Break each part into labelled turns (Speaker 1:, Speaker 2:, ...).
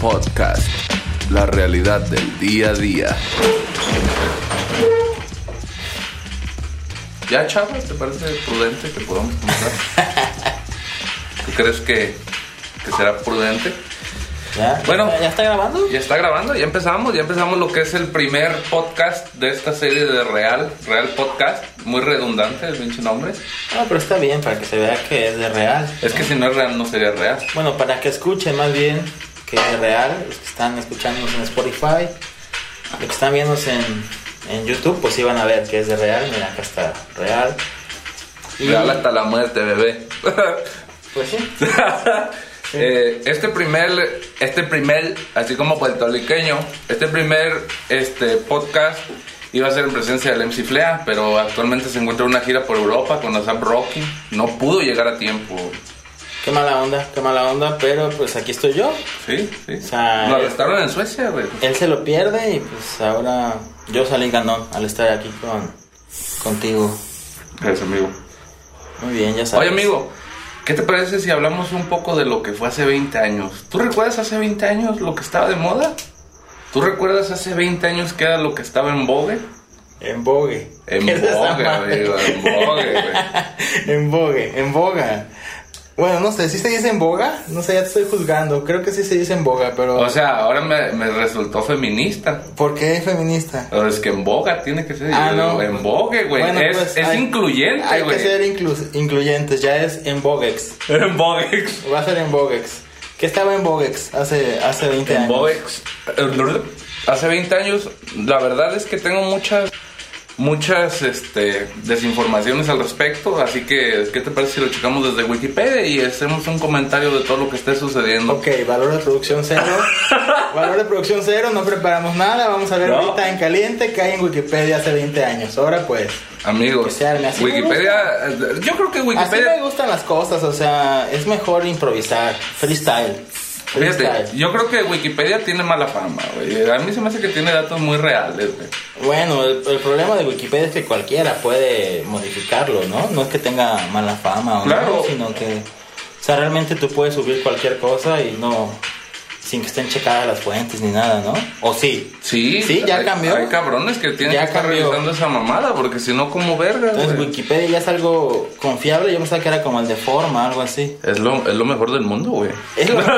Speaker 1: Podcast, la realidad del día a día. Ya, chavas, ¿te parece prudente que podamos comenzar? ¿Tú crees que, que será prudente?
Speaker 2: ¿Ya?
Speaker 1: Bueno.
Speaker 2: ¿Ya está grabando?
Speaker 1: Ya está grabando, ya empezamos, ya empezamos lo que es el primer podcast de esta serie de Real, Real Podcast, muy redundante el pinche nombre.
Speaker 2: No, Ah, pero está bien para que se vea que es de real.
Speaker 1: Es que si no es real no sería real.
Speaker 2: Bueno, para que escuchen más bien que es de real, los que están escuchándonos en Spotify, los que están viéndonos en, en YouTube, pues sí van a ver que es de real. Mira, acá está real. Y,
Speaker 1: Real hasta la muerte, bebé.
Speaker 2: Pues sí.
Speaker 1: Eh, este primer, este primer, así como puertorriqueño, este primer este, podcast iba a ser en presencia del MC Flea, pero actualmente se encuentra en una gira por Europa con ASAP Rocky. No pudo llegar a tiempo.
Speaker 2: Qué mala onda, qué mala onda, pero pues aquí estoy yo.
Speaker 1: Sí, sí.
Speaker 2: sea,
Speaker 1: Lo
Speaker 2: eh,
Speaker 1: arrestaron en Suecia, güey.
Speaker 2: Él se lo pierde y pues ahora yo salí ganón al estar aquí con contigo.
Speaker 1: Gracias, amigo.
Speaker 2: Muy bien, ya sabes.
Speaker 1: Oye, amigo, ¿qué te parece si hablamos un poco de lo que fue hace 20 años? ¿Tú recuerdas hace 20 años lo que estaba de moda? ¿Tú recuerdas hace 20 años qué era lo que estaba en vogue?
Speaker 2: En Vogue.
Speaker 1: En
Speaker 2: ¿Qué es esa
Speaker 1: vogue,
Speaker 2: madre?
Speaker 1: amigo, en vogue, güey.
Speaker 2: en Vogue, en Boga. Bueno, no sé, si se dice en Boga? No sé, ya te estoy juzgando. Creo que sí se dice en Boga, pero
Speaker 1: O sea, ahora me, me resultó feminista.
Speaker 2: ¿por qué feminista?
Speaker 1: Pero es que en boga tiene que ser.
Speaker 2: Ah,
Speaker 1: Yo
Speaker 2: no.
Speaker 1: digo, En boga, güey.
Speaker 2: Bueno,
Speaker 1: es
Speaker 2: pues,
Speaker 1: es
Speaker 2: hay-
Speaker 1: incluyente,
Speaker 2: Hay
Speaker 1: güey.
Speaker 2: que ser inclus- incluyentes, ya es en Voguex.
Speaker 1: En bogex.
Speaker 2: Va a ser en Voguex. ¿Qué estaba en Voguex hace, hace 20
Speaker 1: En
Speaker 2: años?
Speaker 1: bogex. Hace 20 años, la verdad es que tengo muchas. Muchas este, desinformaciones al respecto, así que, ¿qué te parece si lo checamos desde Wikipedia y hacemos un comentario de todo lo que esté sucediendo?
Speaker 2: Ok, valor de producción cero. valor de producción cero, no preparamos nada. Vamos a ver
Speaker 1: No.
Speaker 2: ahorita en caliente que hay en Wikipedia hace 20 años. Ahora pues. Que
Speaker 1: Amigos,
Speaker 2: se arme, así me
Speaker 1: Wikipedia, yo creo que
Speaker 2: Así
Speaker 1: Wikipedia
Speaker 2: me gustan las cosas, o sea, es mejor improvisar. Freestyle. Freestyle.
Speaker 1: Fíjate, yo creo que Wikipedia tiene mala fama, güey. A mí se me hace que tiene datos muy reales, güey.
Speaker 2: Bueno, el, el problema de Wikipedia es que cualquiera puede modificarlo, ¿no? No es que tenga mala fama o
Speaker 1: Claro.
Speaker 2: no, sino que. O sea, realmente tú puedes subir cualquier cosa y no. sin que estén checadas las fuentes ni nada, ¿no? O sí.
Speaker 1: Sí,
Speaker 2: Sí, ya
Speaker 1: hay-
Speaker 2: cambió.
Speaker 1: Hay cabrones que tienen
Speaker 2: Ya
Speaker 1: que estar
Speaker 2: cambió.
Speaker 1: revisando esa mamada, porque si no, como verga,
Speaker 2: Entonces
Speaker 1: güey.
Speaker 2: Wikipedia ya es algo confiable, yo pensaba que era como el de forma, algo así.
Speaker 1: Es lo, es lo mejor del mundo, güey.
Speaker 2: Es lo mejor,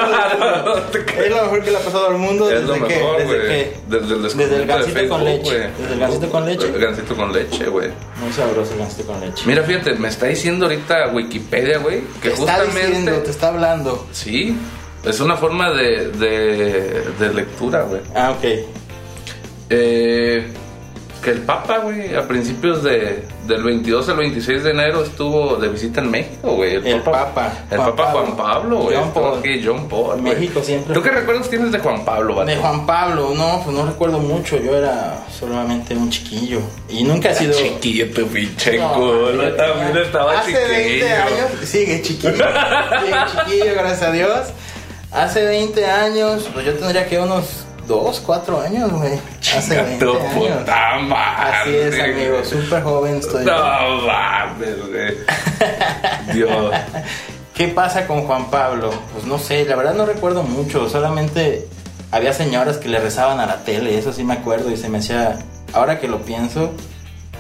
Speaker 2: es lo mejor que le ha pasado al mundo
Speaker 1: Es lo
Speaker 2: desde que.
Speaker 1: mejor,
Speaker 2: desde que-
Speaker 1: güey. Desde el
Speaker 2: desde el
Speaker 1: descubrimiento de
Speaker 2: gansito con
Speaker 1: Facebook,
Speaker 2: leche.
Speaker 1: güey.
Speaker 2: Desde el gansito con leche.
Speaker 1: El gansito con leche, güey.
Speaker 2: Muy sabroso el gansito con leche.
Speaker 1: Mira, fíjate, me está diciendo ahorita Wikipedia, güey, que
Speaker 2: te está
Speaker 1: justamente.
Speaker 2: diciendo, te está hablando.
Speaker 1: Sí, es una forma de, de, de lectura, güey.
Speaker 2: Ah, ok.
Speaker 1: Eh, que el Papa, güey, a principios de, del 22 al 26 de enero estuvo de visita en México, güey.
Speaker 2: El Papa.
Speaker 1: El
Speaker 2: Juan
Speaker 1: Papa
Speaker 2: Pablo.
Speaker 1: Juan Pablo, güey.
Speaker 2: John
Speaker 1: estuvo
Speaker 2: Paul.
Speaker 1: aquí, John Paul, güey.
Speaker 2: México siempre
Speaker 1: ¿Tú qué
Speaker 2: fue-
Speaker 1: recuerdos tienes de Juan Pablo, vato?
Speaker 2: De Juan Pablo, no, pues no recuerdo mucho, yo era solamente un chiquillo y nunca he sido...
Speaker 1: Chiquillo, tu pinche
Speaker 2: No,
Speaker 1: culo,
Speaker 2: yo
Speaker 1: También
Speaker 2: tenía-
Speaker 1: estaba
Speaker 2: Hace
Speaker 1: chiquillo.
Speaker 2: 20 años, sigue chiquillo, sigue chiquillo, gracias a Dios. Hace 20 años, pues yo tendría que unos 2, 4 años, güey. Hace
Speaker 1: Chinga
Speaker 2: 20
Speaker 1: tu
Speaker 2: años.
Speaker 1: puta madre.
Speaker 2: Así es, amigo, súper joven estoy.
Speaker 1: No mames, güey. Dios.
Speaker 2: ¿Qué pasa con Juan Pablo? Pues no sé, la verdad no recuerdo mucho, solamente había señoras que le rezaban a la tele, eso sí me acuerdo y se me hacía, ahora que lo pienso,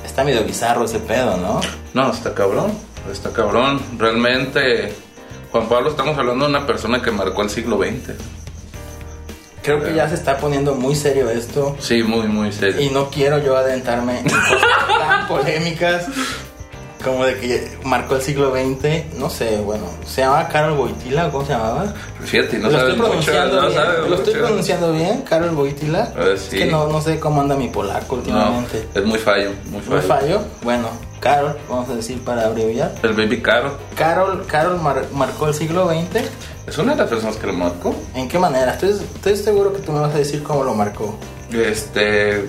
Speaker 2: está medio bizarro ese pedo, ¿no?
Speaker 1: No, está cabrón, está cabrón. Realmente, Juan Pablo, estamos hablando de una persona que marcó el siglo XX.
Speaker 2: Creo que ya se está poniendo muy serio esto
Speaker 1: Sí, muy, muy serio.
Speaker 2: y no quiero yo adentrarme en cosas tan polémicas como de que marcó el siglo XX, no sé, bueno, se llamaba Carol Boitila, ¿cómo se llamaba?
Speaker 1: Fíjate, Pues no
Speaker 2: lo estoy
Speaker 1: sabes mucho,
Speaker 2: pronunciando
Speaker 1: no
Speaker 2: bien,
Speaker 1: sabes
Speaker 2: lo estoy
Speaker 1: mucho.
Speaker 2: pronunciando bien, Carol Boitila.
Speaker 1: Eh, sí.
Speaker 2: Es que no, no sé cómo anda mi polaco
Speaker 1: No,
Speaker 2: últimamente.
Speaker 1: es muy fallo, muy
Speaker 2: ¿Un
Speaker 1: fallo.
Speaker 2: fallo? Bueno, Carol, vamos a decir para abreviar.
Speaker 1: El baby caro.
Speaker 2: Carol, Carol mar- marcó el siglo XX.
Speaker 1: Es una de las personas que lo marcó.
Speaker 2: ¿En qué manera? Estoy, estoy seguro que tú me vas a decir cómo lo marcó.
Speaker 1: Este,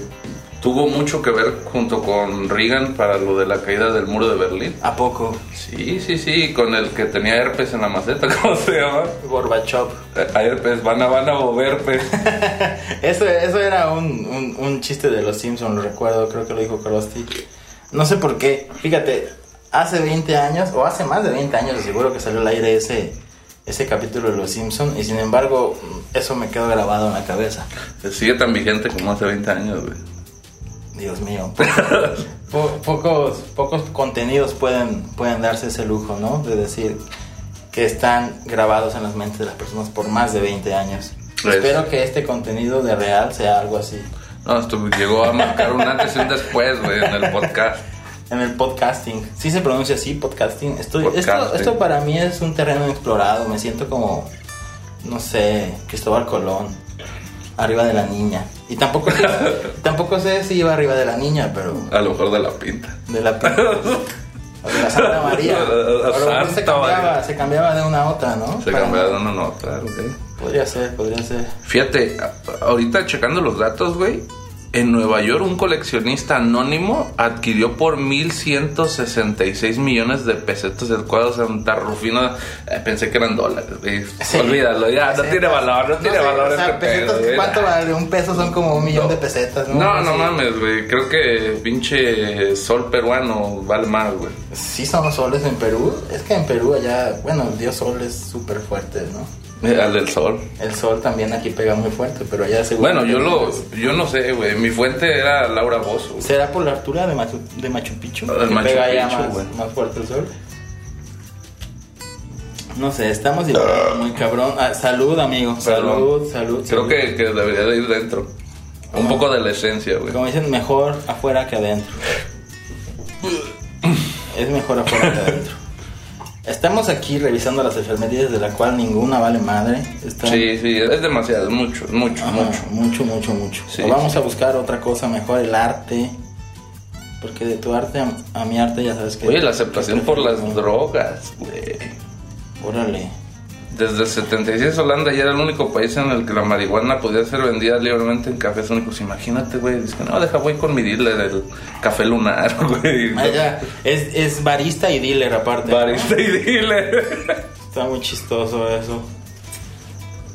Speaker 1: tuvo mucho que ver junto con Reagan para lo de la caída del muro de Berlín.
Speaker 2: ¿A poco?
Speaker 1: Sí, sí, sí, con el que tenía herpes en la maceta, ¿cómo se llama?
Speaker 2: Gorbachev.
Speaker 1: Eh, Herpes, vana, vana o herpes.
Speaker 2: Eso, eso era un, un- un chiste de los Simpsons, lo recuerdo, creo que lo dijo Krusty. No sé por qué. Fíjate, hace 20 años, o hace más de 20 años, seguro que salió al aire ese, ese capítulo de Los Simpsons y sin embargo eso me quedó grabado en la cabeza.
Speaker 1: Se sigue tan vigente como hace 20 años, güey.
Speaker 2: Dios mío, po- pocos, pocos contenidos pueden, pueden darse ese lujo, ¿no? De decir que están grabados en las mentes de las personas por más de 20 años.
Speaker 1: Pues-
Speaker 2: Espero que este contenido de real sea algo así.
Speaker 1: No, esto llegó a marcar un antes y un después, güey, en el podcast.
Speaker 2: En el podcasting, sí se pronuncia así, podcasting. Estoy, Esto,
Speaker 1: Podcasting.
Speaker 2: esto para mí es un terreno explorado. Me siento como, no sé, Cristóbal Colón, arriba de la niña. Y tampoco, sé- tampoco sé si iba arriba de la niña, pero
Speaker 1: A lo mejor de la pinta.
Speaker 2: De la pinta. O de la Santa María.
Speaker 1: La- la- la
Speaker 2: Pero a lo mejor se
Speaker 1: Santa
Speaker 2: cambiaba,
Speaker 1: María.
Speaker 2: se cambiaba de una a otra, ¿no?
Speaker 1: Se
Speaker 2: Para-
Speaker 1: cambiaron una nota, güey.
Speaker 2: Podría ser, podría ser.
Speaker 1: Fíjate, a- ahorita checando los datos, güey. En Nueva York, un coleccionista anónimo adquirió por 1.166 millones de pesetas el cuadro Santa Rufina. Eh, pensé que eran dólares, güey.
Speaker 2: Sí.
Speaker 1: Olvídalo, ya, no
Speaker 2: Pesetas.
Speaker 1: tiene valor, no tiene
Speaker 2: sé,
Speaker 1: valor.
Speaker 2: o sea,
Speaker 1: este
Speaker 2: pesetas,
Speaker 1: pedo, güey.
Speaker 2: ¿Cuánto vale? Un peso son como un millón
Speaker 1: No.
Speaker 2: de pesetas, ¿no?
Speaker 1: No, no
Speaker 2: Sí.
Speaker 1: mames, güey. Creo que pinche sol peruano vale más, güey.
Speaker 2: Sí son soles en Perú. Es que en Perú allá, bueno, el dios sol es súper fuerte, ¿no?
Speaker 1: Eh, Al del sol.
Speaker 2: El sol también aquí pega muy fuerte, pero allá seguro.
Speaker 1: Bueno, yo lo, yo no sé, güey. Mi fuente era Laura Bozo. güey.
Speaker 2: ¿Será por la altura de Machu, de Machu Picchu?
Speaker 1: Ah, del
Speaker 2: Que
Speaker 1: Machu
Speaker 2: pega allá
Speaker 1: Picchu, güey.
Speaker 2: más, más fuerte el sol. No sé, estamos divagando muy cabrón. Ah, salud, amigo. Salud,
Speaker 1: Perdón.
Speaker 2: salud.
Speaker 1: Creo
Speaker 2: salud.
Speaker 1: que, que debería de ir dentro. Un poco de la esencia, güey.
Speaker 2: Pues Como dicen, mejor afuera que adentro. es mejor afuera que adentro. Estamos aquí revisando las efemérides, de la cual ninguna vale madre. Está-
Speaker 1: Sí, sí, es demasiado, es mucho, es mucho,
Speaker 2: Ajá,
Speaker 1: mucho.
Speaker 2: mucho, mucho, mucho.
Speaker 1: Sí,
Speaker 2: O vamos a buscar otra cosa mejor, el arte. Porque de tu arte a, a mi arte ya sabes que...
Speaker 1: Oye, la aceptación por las
Speaker 2: ¿no?
Speaker 1: drogas, güey.
Speaker 2: Órale.
Speaker 1: Desde el 76 Holanda ya era el único país en el que la marihuana podía ser vendida libremente en cafés únicos. Imagínate, güey. Dice, no, deja, voy con mi dealer, el café lunar, güey.
Speaker 2: Ah, ya. Es, es barista y dealer aparte. ¿no?
Speaker 1: Barista y dealer.
Speaker 2: Está muy chistoso eso.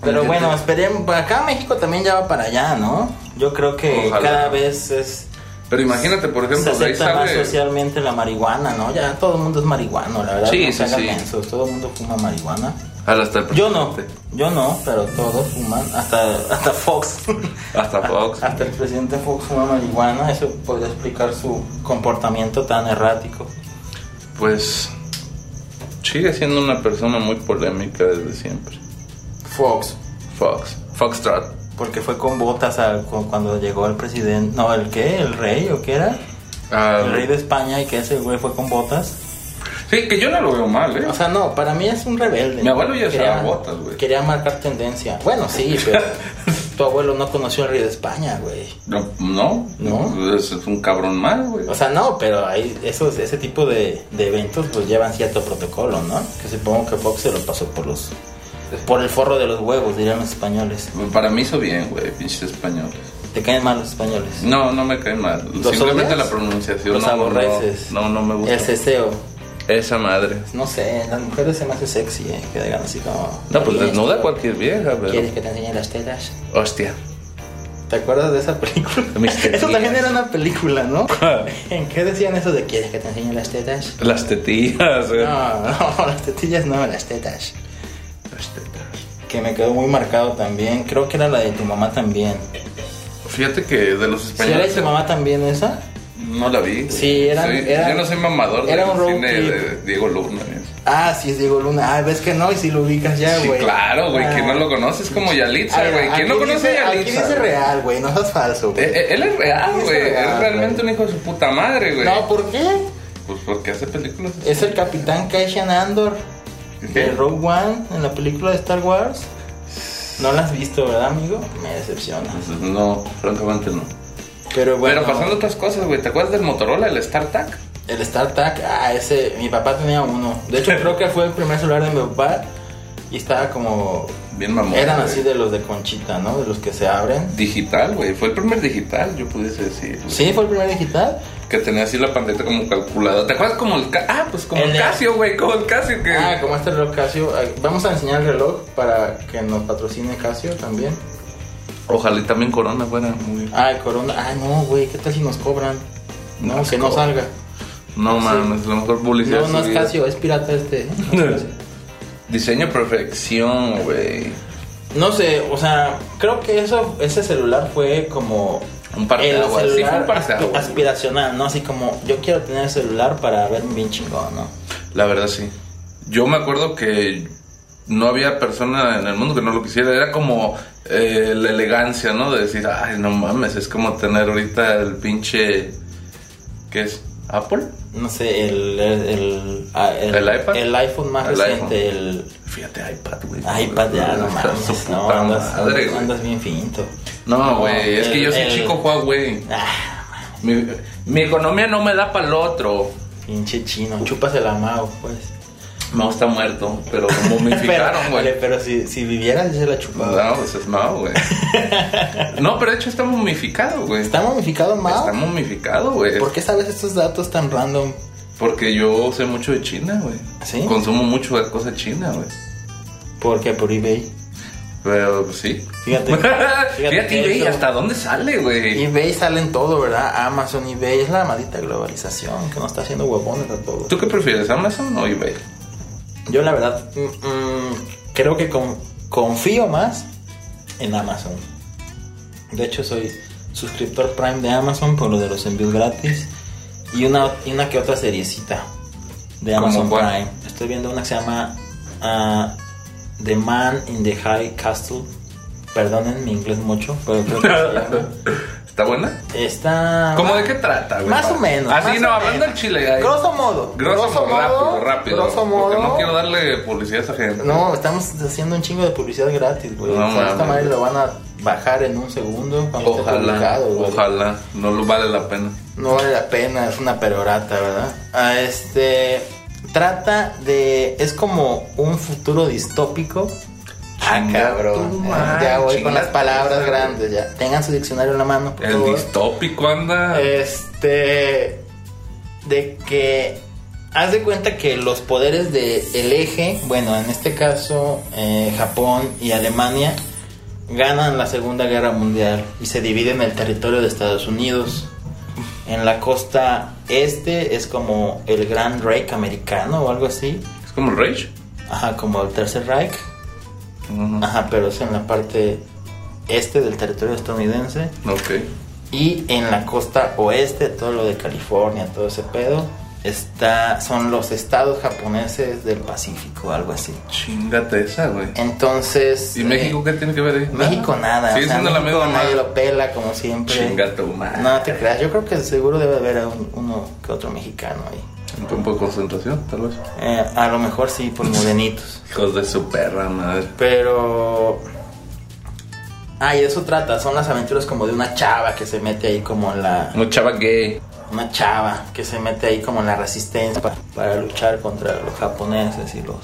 Speaker 2: Pero bueno, esperemos. pues Acá México también ya va para allá, ¿no? Yo creo que
Speaker 1: Ojalá.
Speaker 2: cada vez es...
Speaker 1: Pero imagínate, por ejemplo,
Speaker 2: se
Speaker 1: de ahí
Speaker 2: acepta más
Speaker 1: sale.
Speaker 2: socialmente la marihuana, ¿no? Ya todo el mundo es marihuano, la verdad. no
Speaker 1: Sí, sí,
Speaker 2: se hagan
Speaker 1: sí.
Speaker 2: mensos, todo el mundo fuma marihuana.
Speaker 1: Al hasta el
Speaker 2: Yo no,
Speaker 1: presidente.
Speaker 2: yo no, pero todos fuman, hasta, hasta Fox.
Speaker 1: Hasta Fox.
Speaker 2: Hasta el presidente Fox fuma marihuana, eso podría explicar su comportamiento tan errático.
Speaker 1: Pues. Sigue siendo una persona muy polémica desde siempre.
Speaker 2: Fox,
Speaker 1: Fox. Foxtrot.
Speaker 2: porque fue con botas al- cu- cuando llegó el presidente, no, ¿el qué? ¿El rey o qué era?
Speaker 1: Ah,
Speaker 2: El rey de España y que ese güey fue con botas.
Speaker 1: Sí, que yo no lo veo mal, ¿eh?
Speaker 2: O sea, no, para mí es un rebelde.
Speaker 1: Mi abuelo ya
Speaker 2: Quería-
Speaker 1: usaba botas, güey.
Speaker 2: Quería marcar tendencia. Bueno, sí, pero tu abuelo no conoció al rey de España, güey.
Speaker 1: No, no,
Speaker 2: ¿No?
Speaker 1: Es, es un cabrón más, güey.
Speaker 2: O sea, no, pero hay esos, ese tipo de, de eventos pues llevan cierto protocolo, ¿no? Que supongo que Fox se lo pasó por los... Por el forro de los huevos, dirían los españoles.
Speaker 1: Para mí hizo bien, güey, pinches españoles.
Speaker 2: ¿Te caen mal los españoles?
Speaker 1: No, no me cae mal.
Speaker 2: ¿Los
Speaker 1: Simplemente
Speaker 2: odias?
Speaker 1: la pronunciación.
Speaker 2: Los
Speaker 1: no, no,
Speaker 2: aborreces.
Speaker 1: No, no, me gusta.
Speaker 2: El ceseo.
Speaker 1: Esa madre.
Speaker 2: No sé, las mujeres se me hace sexy, ¿eh? Que digan así como...
Speaker 1: No, pues
Speaker 2: "Oye,
Speaker 1: desnuda cualquier vieja, pero.
Speaker 2: ¿Quieres que te enseñe las telas?
Speaker 1: Hostia.
Speaker 2: ¿Te acuerdas de esa película?
Speaker 1: Mis
Speaker 2: Eso
Speaker 1: tetillas.
Speaker 2: también era una película, ¿no? ¿En qué decían eso de quieres que te enseñe las tetas?
Speaker 1: Las tetillas, eh. güey.
Speaker 2: No, no, las tetillas no, las tetas.
Speaker 1: Las tetas.
Speaker 2: Que me quedó muy marcado también. Creo que era la de tu mamá también.
Speaker 1: Fíjate que de los
Speaker 2: ¿Sí era de
Speaker 1: españoles.
Speaker 2: tu mamá también esa?
Speaker 1: No la vi. güey.
Speaker 2: Sí, eran-
Speaker 1: Soy-
Speaker 2: eran-
Speaker 1: Yo no soy mamador
Speaker 2: era un
Speaker 1: del
Speaker 2: road
Speaker 1: cine
Speaker 2: trip.
Speaker 1: de Diego Luna. güey.
Speaker 2: Ah, sí, es Diego Luna. Ah, ves que no, y si lo ubicas ya,
Speaker 1: Sí,
Speaker 2: Ah, güey. Ah.
Speaker 1: claro, güey. ¿Quién no lo conoce? Es como Yalitza, güey. ¿Quién no conoce a
Speaker 2: Aquí
Speaker 1: Yalitza?
Speaker 2: dice
Speaker 1: güey?
Speaker 2: real, güey, no seas falso,
Speaker 1: Eh,
Speaker 2: güey.
Speaker 1: eh, Él es real,
Speaker 2: Es
Speaker 1: güey.
Speaker 2: real,
Speaker 1: Es realmente
Speaker 2: güey.
Speaker 1: un hijo de su puta madre, güey.
Speaker 2: No, ¿por qué?
Speaker 1: Pues porque hace películas. así.
Speaker 2: Es el capitán Cassian Andor
Speaker 1: ¿Qué?
Speaker 2: de Rogue One en la película de Star Wars. No la has visto, ¿verdad, amigo? Me decepciona.
Speaker 1: Entonces, No, francamente no.
Speaker 2: Pero bueno,
Speaker 1: Pero pasando a otras cosas, güey. ¿Te acuerdas del Motorola, el StarTAC?
Speaker 2: el StarTAC, ah, ese, mi papá tenía uno. De hecho, creo que fue el primer celular de mi papá y estaba como.
Speaker 1: Bien mamón.
Speaker 2: Eran
Speaker 1: güey.
Speaker 2: así de los de conchita, ¿no? De los que se abren.
Speaker 1: Digital, güey. Fue el primer digital, yo pudiese decir. güey.
Speaker 2: Sí, fue el primer digital.
Speaker 1: Que tenía así la pantalla como calculadora. ¿Te acuerdas como el... ca- ah, pues como
Speaker 2: El
Speaker 1: el,
Speaker 2: de-
Speaker 1: Casio, güey. Como el Casio que...
Speaker 2: Ah, como este reloj Casio. ah, Vamos a enseñar el reloj para que nos patrocine Casio también.
Speaker 1: Ojalá y también Corona fuera muy...
Speaker 2: Ah, el Corona. Ah, no, güey, ¿qué tal si nos cobran? No,
Speaker 1: Nos
Speaker 2: que no
Speaker 1: cobran.
Speaker 2: salga.
Speaker 1: No, mames, la mejor publicidad.
Speaker 2: No, no es
Speaker 1: subida.
Speaker 2: Casio, es pirata este. No es Casio.
Speaker 1: Diseño perfección, güey.
Speaker 2: No sé, o sea, creo que eso, ese celular fue como
Speaker 1: Un parteaguas, sí,
Speaker 2: el
Speaker 1: fue un
Speaker 2: celular
Speaker 1: parteaguas.
Speaker 2: aspiracional, ¿no? Así como yo quiero tener el celular para verme bien chingón, ¿no?
Speaker 1: La verdad sí. Yo me acuerdo que no había persona en el mundo que no lo quisiera. Era como eh, la elegancia, ¿no? De decir, ay, no mames, es como tener ahorita el pinche... ¿Qué es? ¿Apple?
Speaker 2: No sé, el el, el, ah,
Speaker 1: ¿El iPad?
Speaker 2: el iPhone más
Speaker 1: El
Speaker 2: reciente,
Speaker 1: iPhone.
Speaker 2: el
Speaker 1: Fíjate, iPad, güey.
Speaker 2: iPad ya no
Speaker 1: Está su
Speaker 2: mames, no,
Speaker 1: puta
Speaker 2: andas,
Speaker 1: madre, güey.
Speaker 2: andas bien finito.
Speaker 1: No, güey, es
Speaker 2: el-
Speaker 1: que yo soy
Speaker 2: el-
Speaker 1: chico Huawei.
Speaker 2: Ah,
Speaker 1: Mi, mi economía no me da para el otro.
Speaker 2: pinche chino, chupas el amado, pues.
Speaker 1: No está muerto, pero lo momificaron,
Speaker 2: pero,
Speaker 1: güey.
Speaker 2: pero si, si viviera yo se la chupaba.
Speaker 1: No, pues es Mao, güey. No, pero de hecho está momificado, güey.
Speaker 2: ¿Está momificado Mao?
Speaker 1: Está momificado, güey.
Speaker 2: Ah. ¿Por qué sabes estos datos tan random?
Speaker 1: Porque yo sé mucho de China, güey.
Speaker 2: ¿Sí?
Speaker 1: Consumo mucho de cosas chinas, güey.
Speaker 2: Porque por eBay.
Speaker 1: Pero pues, sí.
Speaker 2: Fíjate.
Speaker 1: Fíjate,
Speaker 2: que
Speaker 1: güey,
Speaker 2: eso-
Speaker 1: hasta dónde sale, güey.
Speaker 2: eBay sale en todo, ¿verdad? Amazon, eBay. Es la maldita globalización que nos está haciendo huevones a todos.
Speaker 1: ¿Tú qué prefieres, Amazon o eBay?
Speaker 2: Yo, la verdad, mm, mm, creo que con- confío más en Amazon. De hecho, soy suscriptor Prime de Amazon por lo de los envíos gratis. Y una, y una que otra seriecita de
Speaker 1: ¿Cómo
Speaker 2: Amazon
Speaker 1: cuál?
Speaker 2: Prime. Estoy viendo una que se llama ah, The Man in the High Castle. Perdonen mi inglés mucho, pero creo que se llama.
Speaker 1: ¿Está buena?
Speaker 2: Está.
Speaker 1: ¿Cómo de qué trata, güey?
Speaker 2: Más o menos.
Speaker 1: Así
Speaker 2: más
Speaker 1: no,
Speaker 2: o
Speaker 1: hablando
Speaker 2: menos.
Speaker 1: al chile. ahí.
Speaker 2: Grosso modo.
Speaker 1: Grosso, modo, rápido, rápido.
Speaker 2: Grosso
Speaker 1: Porque
Speaker 2: modo.
Speaker 1: no quiero darle publicidad a esa gente.
Speaker 2: No, estamos haciendo un chingo de publicidad gratis, güey.
Speaker 1: No
Speaker 2: O sea,
Speaker 1: mames.
Speaker 2: esta madre lo van a bajar en un segundo cuando esté
Speaker 1: Ojalá,
Speaker 2: publicado, güey.
Speaker 1: ojalá, no lo vale la pena.
Speaker 2: No vale la pena, es una perorata, ¿verdad? Ah, este trata de es como un futuro distópico. Ah,
Speaker 1: Chinga tu
Speaker 2: cabrón. Eh,
Speaker 1: madre,
Speaker 2: Ya voy
Speaker 1: chinga
Speaker 2: con las
Speaker 1: tu
Speaker 2: palabras
Speaker 1: madre.
Speaker 2: grandes ya. Tengan su diccionario en la mano, por
Speaker 1: El
Speaker 2: favor.
Speaker 1: distópico anda.
Speaker 2: Eh. Este. De que. Haz de cuenta que los poderes del eje, bueno, en este caso eh, Japón y Alemania, ganan la Segunda Guerra Mundial y se dividen el territorio de Estados Unidos. En la costa este es como el Gran Reich americano o algo así.
Speaker 1: Es como el Rage.
Speaker 2: Ajá, como el Tercer Reich.
Speaker 1: Mm,
Speaker 2: Ajá, pero es en la parte este del territorio estadounidense.
Speaker 1: Ok.
Speaker 2: Y en la costa oeste, todo lo de California, todo ese pedo, está, son los estados japoneses del Pacífico, algo así.
Speaker 1: Chingate esa, güey.
Speaker 2: Entonces...
Speaker 1: ¿Y
Speaker 2: eh,
Speaker 1: México qué tiene que ver ahí?
Speaker 2: México nada.
Speaker 1: Sigue
Speaker 2: o sea,
Speaker 1: siendo la
Speaker 2: México
Speaker 1: misma
Speaker 2: nadie
Speaker 1: madre.
Speaker 2: lo pela como siempre.
Speaker 1: Chinga tu madre.
Speaker 2: No te creas, yo creo que seguro debe haber un- uno que otro mexicano ahí.
Speaker 1: Un campo de concentración, tal vez.
Speaker 2: Eh, a lo mejor sí, por morenitos.
Speaker 1: Hijos de su perra, madre.
Speaker 2: Pero... Ah, y eso trata, son las aventuras como de una chava que se mete ahí como en la...
Speaker 1: Una chava gay.
Speaker 2: una chava que se mete ahí como en la resistencia pa- para luchar contra los japoneses y los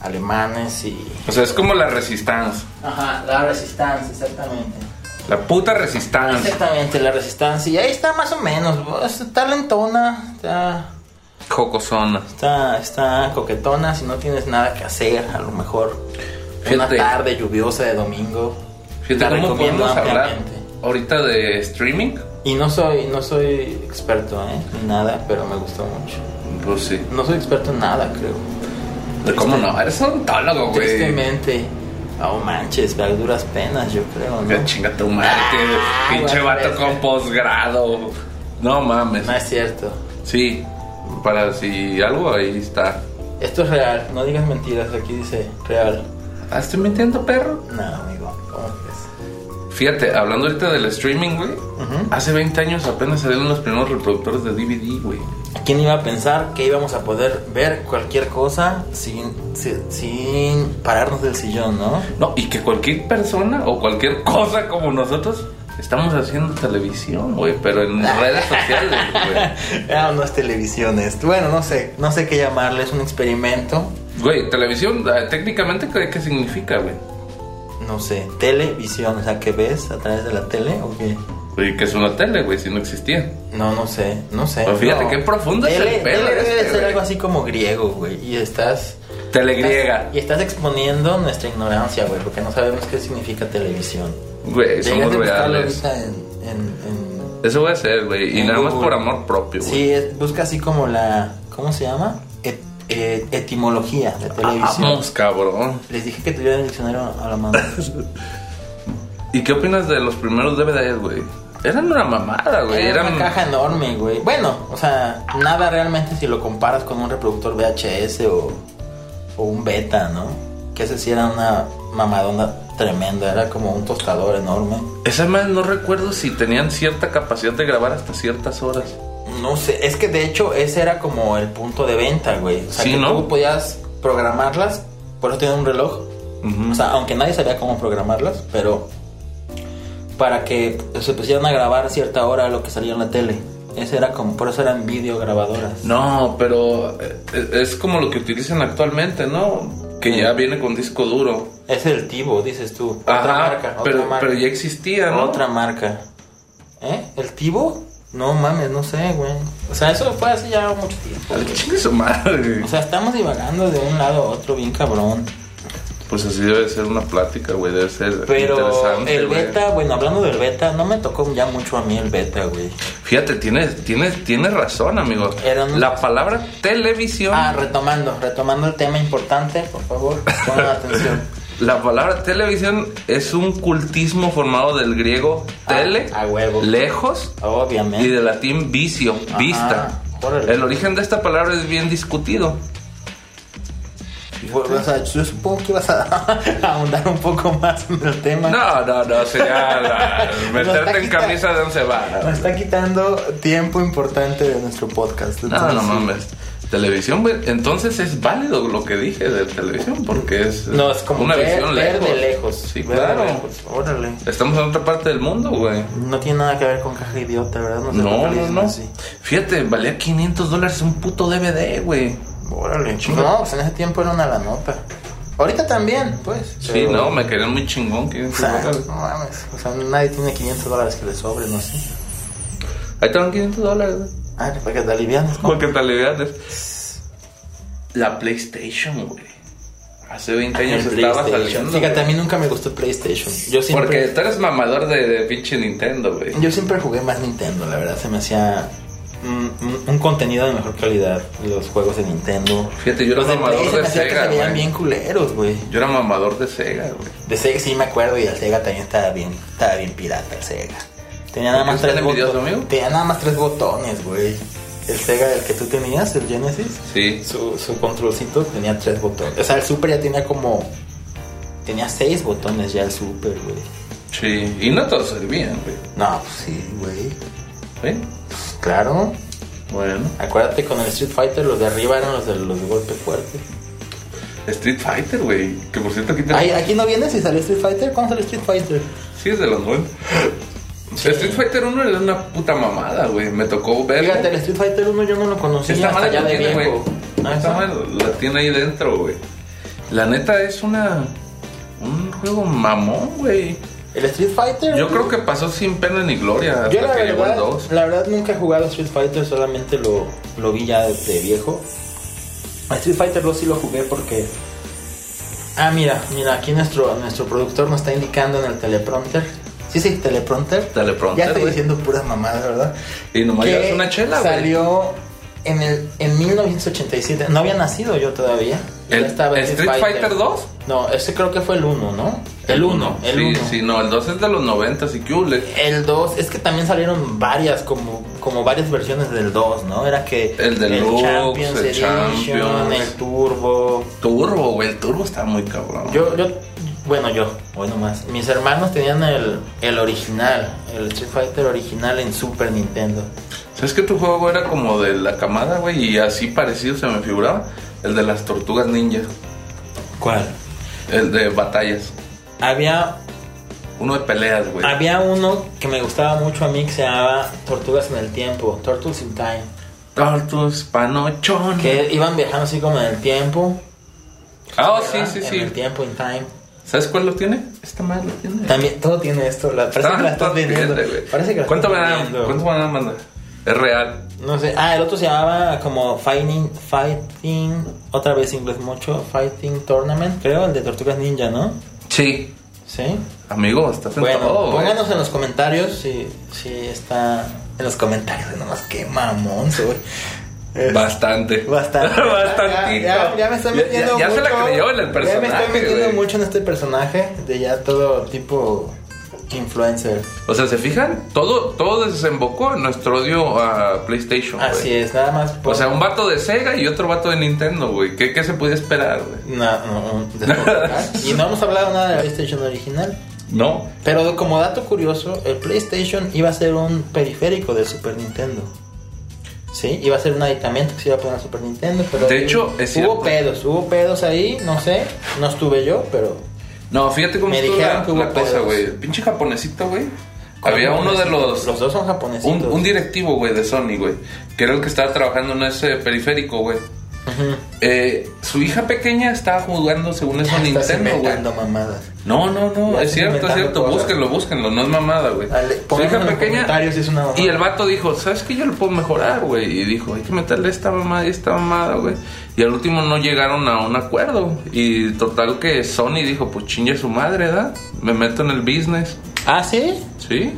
Speaker 2: alemanes y...
Speaker 1: O sea, es como la resistencia.
Speaker 2: Ajá, la resistencia, exactamente.
Speaker 1: La puta resistencia.
Speaker 2: Exactamente, la resistencia. Y ahí está más o menos, pues, está lentona, está,
Speaker 1: Jocosona.
Speaker 2: está, está coquetona, si no tienes nada que hacer, a lo mejor una
Speaker 1: Fíjate.
Speaker 2: tarde lluviosa de domingo.
Speaker 1: Fíjate
Speaker 2: la
Speaker 1: cómo
Speaker 2: recomiendo
Speaker 1: podemos hablar
Speaker 2: ampliamente.
Speaker 1: ahorita de streaming.
Speaker 2: Y no soy, no soy experto, ¿eh? Ni nada, pero me gustó mucho.
Speaker 1: Pues sí.
Speaker 2: No soy experto en nada, creo.
Speaker 1: ¿Cómo no? Eres odontólogo, güey.
Speaker 2: Pues Tristemente. Oh, manches, a duras penas, yo creo,
Speaker 1: Que
Speaker 2: ¿no?
Speaker 1: chinga tu madre, que
Speaker 2: Ah,
Speaker 1: pinche
Speaker 2: bueno,
Speaker 1: vato
Speaker 2: es-
Speaker 1: con posgrado. No mames.
Speaker 2: No es cierto.
Speaker 1: Sí, para si algo ahí está.
Speaker 2: Esto es real, no digas mentiras, aquí dice real.
Speaker 1: Ah, estoy mintiendo, perro.
Speaker 2: No, amigo, ¿cómo crees?
Speaker 1: Fíjate, hablando ahorita del streaming, güey.
Speaker 2: Ujú.
Speaker 1: Hace 20 años apenas salieron los primeros reproductores de DVD, güey.
Speaker 2: ¿Quién iba a pensar que íbamos a poder ver cualquier cosa sin, sin, sin pararnos del sillón, no?
Speaker 1: No, y que cualquier persona o cualquier cosa como nosotros estamos haciendo televisión, güey, pero en redes sociales, güey.
Speaker 2: Ah, no es televisión esto. Bueno, no sé, no sé qué llamarle, es un experimento.
Speaker 1: Güey, televisión, eh, técnicamente, ¿qué, qué significa, güey?
Speaker 2: No sé, televisión, o sea, ¿qué ves a través de la tele o qué?
Speaker 1: Güey, que es una tele, güey, si no existía.
Speaker 2: No, no sé, no sé.
Speaker 1: Pues fíjate
Speaker 2: no.
Speaker 1: qué profundo es
Speaker 2: Tele-
Speaker 1: el pelo
Speaker 2: tele debe
Speaker 1: este,
Speaker 2: ser
Speaker 1: güey.
Speaker 2: algo así como griego, güey. Y estás.
Speaker 1: Telegriega.
Speaker 2: Y estás exponiendo nuestra ignorancia, güey, porque no sabemos qué significa televisión.
Speaker 1: Güey,
Speaker 2: Deberías
Speaker 1: somos
Speaker 2: de buscarlo
Speaker 1: reales.
Speaker 2: ahorita en- en- en-
Speaker 1: Eso voy a hacer, güey, y
Speaker 2: en
Speaker 1: nada más
Speaker 2: Google.
Speaker 1: por amor propio, güey.
Speaker 2: Sí, es- busca así como la. ¿Cómo se llama? Et- eh, etimología de televisión.
Speaker 1: Ah, Vamos, cabrón.
Speaker 2: Les dije que tuvieran el diccionario a la mano.
Speaker 1: ¿Y qué opinas de los primeros DVDs, güey? Eran una mamada, güey.
Speaker 2: Era una
Speaker 1: Eran.
Speaker 2: caja enorme, güey. Bueno, o sea, nada realmente si lo comparas con un reproductor VHS o, o un beta, ¿no? Que ese sí era una mamadona tremenda, era como un tostador enorme.
Speaker 1: Esa madre no recuerdo si tenían cierta capacidad de grabar hasta ciertas horas.
Speaker 2: No sé, es que de hecho ese era como el punto de venta, güey. O sea,
Speaker 1: Sí,
Speaker 2: que
Speaker 1: ¿no?
Speaker 2: tú podías programarlas, por eso tiene un reloj.
Speaker 1: Ujú.
Speaker 2: O sea, aunque nadie sabía cómo programarlas, pero para que se pusieran a grabar a cierta hora lo que salía en la tele. Ese era como, por eso eran videograbadoras.
Speaker 1: No, pero eh, es como lo que utilizan actualmente, ¿no? Que ya viene con disco duro.
Speaker 2: Es el Tivo, dices tú. otra
Speaker 1: Ajá,
Speaker 2: marca,
Speaker 1: pero,
Speaker 2: otra marca.
Speaker 1: pero ya existía, ¿no?
Speaker 2: Otra marca. ¿Eh? ¿El Tivo? No mames, no sé, güey. O sea, eso fue hace ya mucho tiempo.
Speaker 1: Al que chingue su madre.
Speaker 2: O sea, estamos divagando de un lado a otro bien cabrón.
Speaker 1: Pues así debe ser una plática, güey. Debe ser
Speaker 2: Pero
Speaker 1: interesante,
Speaker 2: el
Speaker 1: güey.
Speaker 2: beta, bueno, hablando del beta, no me tocó ya mucho a mí el beta, güey.
Speaker 1: Fíjate, tienes, tienes, tienes razón, amigo.
Speaker 2: Era un-
Speaker 1: La palabra televisión.
Speaker 2: Ah, retomando, retomando el tema importante, por favor, pongan atención.
Speaker 1: La palabra televisión es un cultismo formado del griego
Speaker 2: Ah,
Speaker 1: tele,
Speaker 2: a huevo.
Speaker 1: lejos, y
Speaker 2: Obviamente.
Speaker 1: del latín vicio, vista.
Speaker 2: órale.
Speaker 1: El origen de esta palabra es bien discutido.
Speaker 2: Bueno, o sea, yo supongo que ibas a, a ahondar un poco más en el tema.
Speaker 1: No, no, no, sería la-
Speaker 2: Nos está
Speaker 1: meterte en
Speaker 2: quita-
Speaker 1: camisa de once varas.
Speaker 2: Nos está quitando tiempo importante de nuestro podcast.
Speaker 1: No, no
Speaker 2: entonces-
Speaker 1: mames. Televisión, güey. Entonces es válido lo que dije de televisión porque es,
Speaker 2: No, es como
Speaker 1: una
Speaker 2: ver,
Speaker 1: visión
Speaker 2: ver
Speaker 1: lejos.
Speaker 2: de lejos.
Speaker 1: Sí,
Speaker 2: ver de
Speaker 1: claro.
Speaker 2: lejos, Órale.
Speaker 1: Estamos en otra parte del mundo, güey.
Speaker 2: No tiene nada que ver con caja idiota, ¿verdad? se
Speaker 1: No, no,
Speaker 2: localizan
Speaker 1: no.
Speaker 2: así.
Speaker 1: Fíjate, valía 500 dólares un puto DVD, güey.
Speaker 2: Órale, chico. No, pues en ese tiempo era una la nota. Ahorita también, pues.
Speaker 1: Sí,
Speaker 2: pero-
Speaker 1: no, me querían muy chingón. 500
Speaker 2: O sea,
Speaker 1: dólares.
Speaker 2: no mames. O sea, nadie tiene 500 dólares que le sobre, no sé.
Speaker 1: Ahí te van 500 dólares, güey.
Speaker 2: Ah, para que te alivianes. ¿no?
Speaker 1: Porque talidades. La PlayStation, güey. Hace 20 años
Speaker 2: El
Speaker 1: estaba
Speaker 2: Ah, PlayStation.
Speaker 1: saliendo.
Speaker 2: Fíjate, a
Speaker 1: güey.
Speaker 2: mí nunca me gustó el PlayStation. Yo siempre,
Speaker 1: Porque tú eres mamador de, de pinche Nintendo, güey.
Speaker 2: yo siempre jugué más Nintendo, la verdad. Se me hacía mm, mm, un contenido de mejor calidad. Los juegos de Nintendo.
Speaker 1: Fíjate, yo era
Speaker 2: Los de Play
Speaker 1: mamador
Speaker 2: se
Speaker 1: de
Speaker 2: me hacía que
Speaker 1: Sega,
Speaker 2: se veían
Speaker 1: güey.
Speaker 2: bien culeros, güey.
Speaker 1: Yo era mamador de Sega, güey.
Speaker 2: De Sega sí me acuerdo y el Sega también estaba bien, estaba bien pirata el Sega. Tenía nada
Speaker 1: ¿Por qué
Speaker 2: más
Speaker 1: están
Speaker 2: tres
Speaker 1: envidioso,
Speaker 2: botones.
Speaker 1: amigo?
Speaker 2: Tenía nada más tres botones, güey. El Sega el que tú tenías, el Genesis,
Speaker 1: Sí.
Speaker 2: su, su controlcito tenía tres botones. O sea, el Super ya tenía como tenía seis botones ya el Super, güey.
Speaker 1: Sí. Y no todos servían, güey.
Speaker 2: No, pues sí, güey.
Speaker 1: ¿Sí?
Speaker 2: Pues claro.
Speaker 1: Bueno.
Speaker 2: Acuérdate con el Street Fighter los de arriba eran los de los de golpe fuerte.
Speaker 1: Street Fighter, güey. Que por cierto aquí te...
Speaker 2: Ay, aquí no viene si salió Street Fighter, ¿cuándo salió Street Fighter?
Speaker 1: Sí, es de los buenos. Street Fighter 1 era una puta mamada, güey. Me tocó verlo.
Speaker 2: Fíjate, el Street Fighter 1 yo no lo conocía
Speaker 1: Esta
Speaker 2: hasta
Speaker 1: madre
Speaker 2: ya
Speaker 1: la
Speaker 2: de
Speaker 1: tiene, güey.
Speaker 2: viejo. Ah,
Speaker 1: Esta
Speaker 2: ¿sí?
Speaker 1: madre la tiene ahí dentro, güey. La neta es una... Un juego mamón, güey.
Speaker 2: El Street Fighter.
Speaker 1: Yo creo que pasó sin pena ni gloria hasta
Speaker 2: Yo la
Speaker 1: que llegó el
Speaker 2: verdad,
Speaker 1: 2.
Speaker 2: la verdad nunca he jugado Street Fighter, solamente lo, lo vi ya de, de viejo. A Street Fighter 2 sí lo jugué porque. Ah, mira, mira, aquí nuestro, nuestro productor nos está indicando en el teleprompter. Sí, sí, teleprompter.
Speaker 1: Teleprompter,
Speaker 2: Ya estoy
Speaker 1: güey.
Speaker 2: diciendo puras mamadas, ¿verdad?
Speaker 1: Y nomás llevas una chela, güey.
Speaker 2: Salió en, el, en 1987. No había nacido yo todavía. Ya
Speaker 1: ¿El-
Speaker 2: estaba
Speaker 1: el Street Fighter 2?
Speaker 2: No, ese creo que fue el 1, ¿no? El 1. El
Speaker 1: sí,
Speaker 2: 1.
Speaker 1: sí, no, el 2 es de los 90 y que uh, hule.
Speaker 2: El 2, es que también salieron varias, como, como varias versiones del 2, ¿no? Era que
Speaker 1: El Deluxe,
Speaker 2: Champions
Speaker 1: el
Speaker 2: Edition,
Speaker 1: Champions.
Speaker 2: el Turbo.
Speaker 1: Turbo, güey, el turbo está muy cabrón.
Speaker 2: Yo, yo, bueno, yo, bueno más. Mis hermanos tenían el, el original, el Street Fighter original en Super Nintendo.
Speaker 1: ¿Sabes que tu juego era como de la camada, güey? Y así parecido se me figuraba. El de las tortugas ninjas.
Speaker 2: ¿Cuál?
Speaker 1: El de batallas.
Speaker 2: Había,
Speaker 1: Uno de peleas, güey.
Speaker 2: había uno que me gustaba mucho a mí que se llamaba Tortugas en el Tiempo, Turtles in Time.
Speaker 1: Tortus, panochón.
Speaker 2: Que iban viajando así como en el tiempo.
Speaker 1: Ah, oh, sí,
Speaker 2: ¿verdad?
Speaker 1: sí,
Speaker 2: En el
Speaker 1: sí.
Speaker 2: tiempo, in time.
Speaker 1: ¿Sabes cuál lo tiene? Esta madre lo tiene.
Speaker 2: También, todo tiene esto. La, parece que la
Speaker 1: Ah,
Speaker 2: estás vendiendo.
Speaker 1: fíjate, güey.
Speaker 2: Parece que la
Speaker 1: ¿Cuánto me
Speaker 2: estás
Speaker 1: dan?
Speaker 2: vendiendo.
Speaker 1: ¿Cuánto me van a mandar? Es real.
Speaker 2: No sé. Ah, el otro se llamaba como Fighting, Fighting, otra vez inglés mucho, Fighting Tournament, creo, el de Tortugas Ninja, ¿no?
Speaker 1: Sí.
Speaker 2: Sí.
Speaker 1: Amigo, estás en
Speaker 2: Bueno,
Speaker 1: todo, güey.
Speaker 2: pónganos en los comentarios si, si está en los comentarios. Nomás que mamón soy.
Speaker 1: Bastante.
Speaker 2: Bastante.
Speaker 1: Bastantito.
Speaker 2: Ya, ya- ya me estoy metiendo
Speaker 1: Ya- ya se la
Speaker 2: mucho.
Speaker 1: creyó en el
Speaker 2: Ya
Speaker 1: personaje,
Speaker 2: me estoy metiendo
Speaker 1: güey.
Speaker 2: mucho en este personaje de ya todo tipo influencer.
Speaker 1: O sea, ¿se fijan? Todo, todo desembocó en nuestro odio a PlayStation. güey.
Speaker 2: Así es, nada más. por-
Speaker 1: O sea, un vato de Sega y otro vato de Nintendo, güey. ¿Qué, qué se puede esperar, güey?
Speaker 2: No, no, no, despotricar. y no hemos hablado nada de la PlayStation original.
Speaker 1: No.
Speaker 2: Pero como dato curioso, el PlayStation iba a ser un periférico del Super Nintendo. Sí, iba a ser un aditamento que se iba a poner al Super Nintendo, pero
Speaker 1: De hecho, es
Speaker 2: hubo
Speaker 1: cierto.
Speaker 2: pedos, hubo pedos ahí, no sé, no estuve yo, pero
Speaker 1: No, fíjate cómo
Speaker 2: Me
Speaker 1: estuvo
Speaker 2: dijeron
Speaker 1: la,
Speaker 2: que hubo
Speaker 1: la cosa,
Speaker 2: pedos.
Speaker 1: güey. El Pinche japonesito, güey. Había uno de los...
Speaker 2: los dos son japoneses.
Speaker 1: un, un directivo, güey, de Sony, güey. Que era el que estaba trabajando en ese periférico, güey. Eh, su hija pequeña estaba jugando, según eso, Nintendo, güey.
Speaker 2: mamadas.
Speaker 1: No, no, no,
Speaker 2: Ya
Speaker 1: es
Speaker 2: estás
Speaker 1: cierto, es
Speaker 2: inventando
Speaker 1: cierto,
Speaker 2: cosas.
Speaker 1: búsquenlo, búsquenlo, no es mamada, güey.
Speaker 2: Dale,
Speaker 1: Su
Speaker 2: pónganlo
Speaker 1: hija
Speaker 2: en los
Speaker 1: pequeña.
Speaker 2: comentarios si es una mamada.
Speaker 1: Y el vato dijo, ¿sabes qué? Yo lo puedo mejorar, güey. Y dijo, hay que meterle esta mamada y esta mamada, güey. Y al último no llegaron a un acuerdo. Y total que Sony dijo, pues chingue su madre, ¿da? Me meto en el business.
Speaker 2: Ah, sí.
Speaker 1: ¿Sí?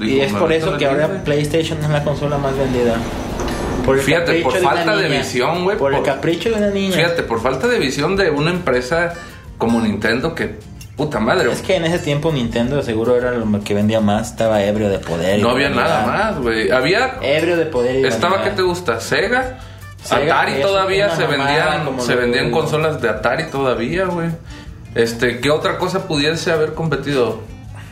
Speaker 2: y
Speaker 1: Dijo,
Speaker 2: es
Speaker 1: "Me
Speaker 2: por
Speaker 1: meto
Speaker 2: eso
Speaker 1: en
Speaker 2: que
Speaker 1: el
Speaker 2: ahora
Speaker 1: business".
Speaker 2: PlayStation es la consola más vendida. Por el
Speaker 1: Fíjate, por
Speaker 2: capricho una
Speaker 1: falta de
Speaker 2: niña.
Speaker 1: visión, güey,
Speaker 2: Por, el
Speaker 1: por-
Speaker 2: capricho de una niña.
Speaker 1: Fíjate, por falta de visión de una empresa como Nintendo que, puta madre,
Speaker 2: Es que en ese tiempo Nintendo seguro era lo que vendía más, estaba ebrio de poder. y
Speaker 1: no había
Speaker 2: vanidad.
Speaker 1: nada más, güey. Había
Speaker 2: Ebrio de poder. y
Speaker 1: Estaba,
Speaker 2: vanidad.
Speaker 1: ¿qué te gusta? Sega.
Speaker 2: Sega,
Speaker 1: Atari
Speaker 2: eso,
Speaker 1: todavía
Speaker 2: una
Speaker 1: se
Speaker 2: mamada,
Speaker 1: vendían,
Speaker 2: como
Speaker 1: se
Speaker 2: lo
Speaker 1: vendían
Speaker 2: digo.
Speaker 1: consolas de Atari todavía, güey. Este, ¿qué otra cosa pudiese haber competido?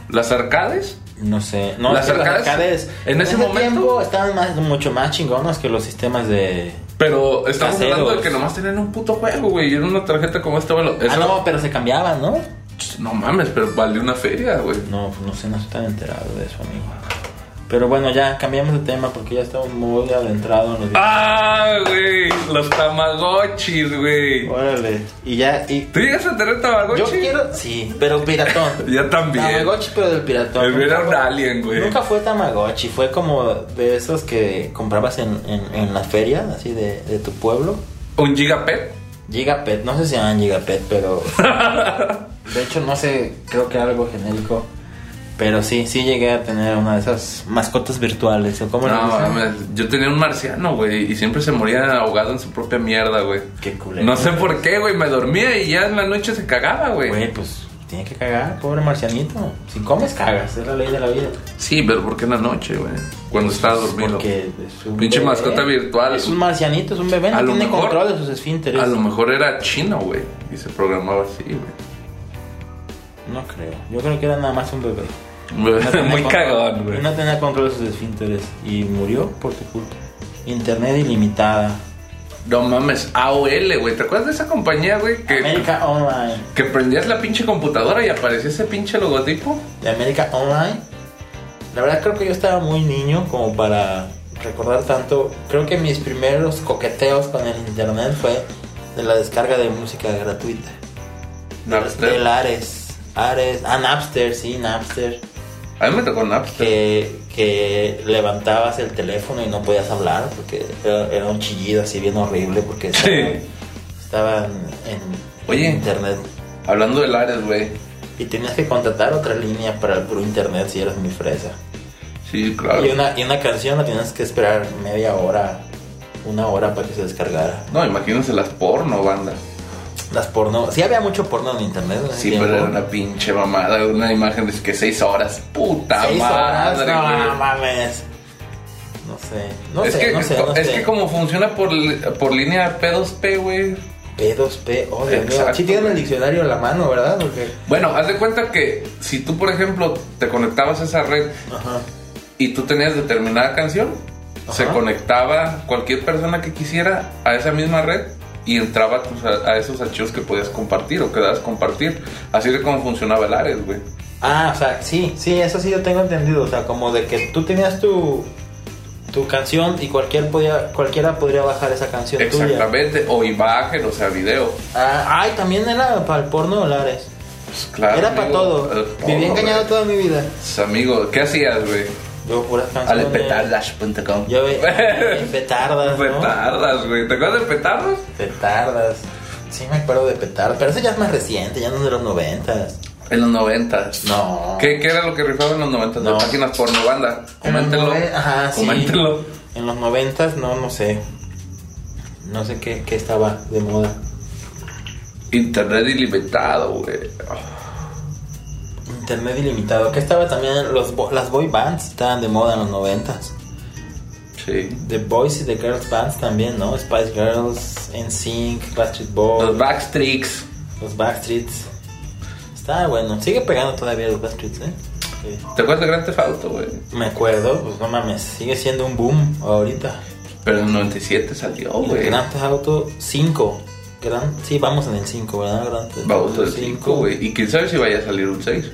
Speaker 1: ¿Las arcades?
Speaker 2: No sé. No,
Speaker 1: ¿Las
Speaker 2: es que
Speaker 1: arcades? En ese momento-
Speaker 2: tiempo estaban más, mucho más chingonas que los sistemas de.
Speaker 1: Pero estamos
Speaker 2: Caseros.
Speaker 1: hablando de que nomás tenían un puto juego, güey, y era una tarjeta como esta, güey. Eso-
Speaker 2: Ah, no, pero se cambiaban, ¿no?
Speaker 1: no mames, pero valió una feria, güey.
Speaker 2: No, pues no sé, no estoy tan enterado de eso, amigo. Pero bueno, ya cambiamos de tema porque ya estamos muy adentrados en los.
Speaker 1: ¡Ah, güey! Los Tamagotchis, güey.
Speaker 2: Órale. Y ya. Y
Speaker 1: ¿Tú llegas a tener Tamagotchi?
Speaker 2: yo quiero. Sí, pero piratón.
Speaker 1: Yo también.
Speaker 2: Tamagotchi, pero del piratón.
Speaker 1: El
Speaker 2: Nunca
Speaker 1: era un
Speaker 2: fue-
Speaker 1: alien, güey.
Speaker 2: Nunca fue Tamagotchi, fue como de esos que comprabas en, en, en la feria, así de, de tu pueblo.
Speaker 1: ¿Un Gigapet?
Speaker 2: Gigapet, no sé si llaman Gigapet, pero. de hecho, no sé, creo que era algo genérico. Pero sí, sí llegué a tener una de esas mascotas virtuales, o cómo le
Speaker 1: No,
Speaker 2: dicen?
Speaker 1: mames, yo tenía un marciano, güey, y siempre se moría ahogado en su propia mierda, güey.
Speaker 2: Qué culero.
Speaker 1: No sé por qué, güey, me dormía y ya en la noche se cagaba, güey.
Speaker 2: Güey, pues tiene que cagar, pobre marcianito. Si comes, cagas, es la ley de la vida. Pues,
Speaker 1: Sí, pero ¿por qué en la noche, güey? Cuando estaba dormido.
Speaker 2: Porque es un
Speaker 1: Pinche mascota virtual.
Speaker 2: Es un marcianito, es un bebé, no
Speaker 1: A lo
Speaker 2: tiene
Speaker 1: mejor-
Speaker 2: control de sus esfínteres.
Speaker 1: A lo mejor era chino, güey, y se programaba así, güey.
Speaker 2: No creo. Yo creo que era nada más un bebé. No tenía
Speaker 1: Muy
Speaker 2: control-
Speaker 1: cagón, güey.
Speaker 2: No tenía control de sus esfínteres y murió por tu culpa. Internet ilimitada.
Speaker 1: No mames, AOL, güey. ¿Te acuerdas de esa compañía, güey? Que,
Speaker 2: América Online.
Speaker 1: que prendías la pinche computadora y aparecía ese pinche logotipo.
Speaker 2: De América Online. La verdad creo que yo estaba muy niño como para recordar tanto. Creo que mis primeros coqueteos con el internet fue de la descarga de música gratuita. Del
Speaker 1: Napster.
Speaker 2: Ares. Ares. Ah, Napster, sí, Napster.
Speaker 1: A mí me tocó Napster.
Speaker 2: que, que levantabas el teléfono y no podías hablar porque era, era un chillido así bien horrible porque
Speaker 1: Sí.
Speaker 2: estaban, estaban en,
Speaker 1: Oye.
Speaker 2: en internet
Speaker 1: Hablando del Ares, güey.
Speaker 2: y tenías que contratar otra línea para el puro internet si eras muy fresa.
Speaker 1: Sí, claro.
Speaker 2: Y, una, y una canción la tenías que esperar media hora, una hora para que se descargara.
Speaker 1: No, imagínense las porno, banda.
Speaker 2: Las porno, sí había mucho porno en internet. en ese
Speaker 1: Sí,
Speaker 2: tiempo.
Speaker 1: pero era una pinche mamada, una imagen de que seis horas. Puta
Speaker 2: Seis horas,
Speaker 1: madre.
Speaker 2: no
Speaker 1: güey.
Speaker 2: mames. No sé, no
Speaker 1: es
Speaker 2: sé,
Speaker 1: que,
Speaker 2: no sé, no
Speaker 1: es
Speaker 2: sé.
Speaker 1: que como funciona por, li- por línea P2P, güey.
Speaker 2: P2P, oh Dios mío.
Speaker 1: Exacto,
Speaker 2: Sí tienen
Speaker 1: güey.
Speaker 2: el diccionario a la mano, ¿verdad? Porque.
Speaker 1: Bueno, haz de cuenta que si tú, por ejemplo, te conectabas a esa red
Speaker 2: Ajá.
Speaker 1: y tú tenías determinada canción,
Speaker 2: Ajá.
Speaker 1: se conectaba cualquier persona que quisiera a esa misma red y entraba a, tus- a esos archivos que podías compartir o que dabas compartir. Así era como funcionaba el Ares, güey.
Speaker 2: Ah, o sea, sí, sí, eso sí yo tengo entendido. O sea, como de que tú tenías tu, tu canción y cualquier podía, cualquiera podría bajar esa canción tuya.
Speaker 1: Exactamente, o imagen, o sea, video.
Speaker 2: Ah, ay, también era para el porno, Lares.
Speaker 1: Pues claro.
Speaker 2: era para
Speaker 1: amigo,
Speaker 2: todo.
Speaker 1: para
Speaker 2: Viví
Speaker 1: todo,
Speaker 2: engañado
Speaker 1: güey.
Speaker 2: toda mi vida.
Speaker 1: Pues, Amigo, ¿qué hacías, güey?
Speaker 2: Yo puras canciones.
Speaker 1: Alepetardas.com.
Speaker 2: Yo ve- petardas, Ah, ¿no?
Speaker 1: Petardas, güey. ¿Te acuerdas de petardas?
Speaker 2: Petardas. Sí, me acuerdo de petardas. Pero eso ya es más reciente, ya no es de los noventas.
Speaker 1: En los noventas.
Speaker 2: No.
Speaker 1: ¿Qué, qué era lo que rifaba en los noventas?
Speaker 2: No.
Speaker 1: De páginas porno, banda.
Speaker 2: En los
Speaker 1: Coméntenlo.
Speaker 2: noven- Ajá, sí.
Speaker 1: Coméntenlo.
Speaker 2: En los noventas, no, no sé. No sé qué, qué estaba de moda.
Speaker 1: Internet ilimitado, güey. Ah,
Speaker 2: Internet ilimitado. Que estaba también. Los, bo- las boy bands estaban de moda en los noventas.
Speaker 1: Sí.
Speaker 2: The Boys y The Girls Bands también, ¿no? Spice Girls, NSYNC, Backstreet Boys,
Speaker 1: Los Backstreaks.
Speaker 2: los Backstreets. Está bueno. Sigue pegando todavía los Backstreets, ¿eh? Sí.
Speaker 1: ¿Te acuerdas de Grand Theft Auto, güey?
Speaker 2: Me acuerdo, pues no mames, sigue siendo un boom ahorita.
Speaker 1: Pero en el 97 salió,
Speaker 2: El
Speaker 1: Oh, güey.
Speaker 2: Grand Theft Auto 5. Gran, sí, vamos en el 5, ¿verdad? Grand Theft
Speaker 1: Bauto del
Speaker 2: cinco.
Speaker 1: 5, güey. Y quién sabe si vaya a salir un 6.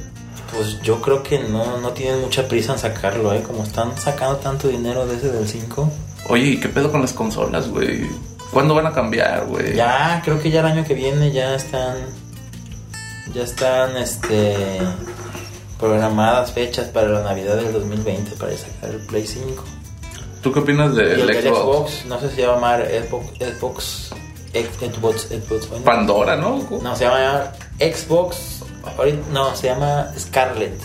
Speaker 2: Pues yo creo que no, no tienen mucha prisa en sacarlo, ¿eh? Como están sacando tanto dinero desde el 5.
Speaker 1: Oye, ¿y qué pedo con las consolas, güey? ¿Cuándo van a cambiar, güey?
Speaker 2: Ya, creo que ya el año que viene ya están. Ya están, este. Programadas fechas para la Navidad del 2020 para sacar el Play 5.
Speaker 1: ¿Tú qué opinas
Speaker 2: Y
Speaker 1: del
Speaker 2: el del
Speaker 1: Xbox?
Speaker 2: Xbox, no sé si se va a llamar Xbox. Xbox. Xbox. Xbox bueno.
Speaker 1: Pandora, ¿no?
Speaker 2: No, se llama Xbox. ahorita- No, se llama Scarlet.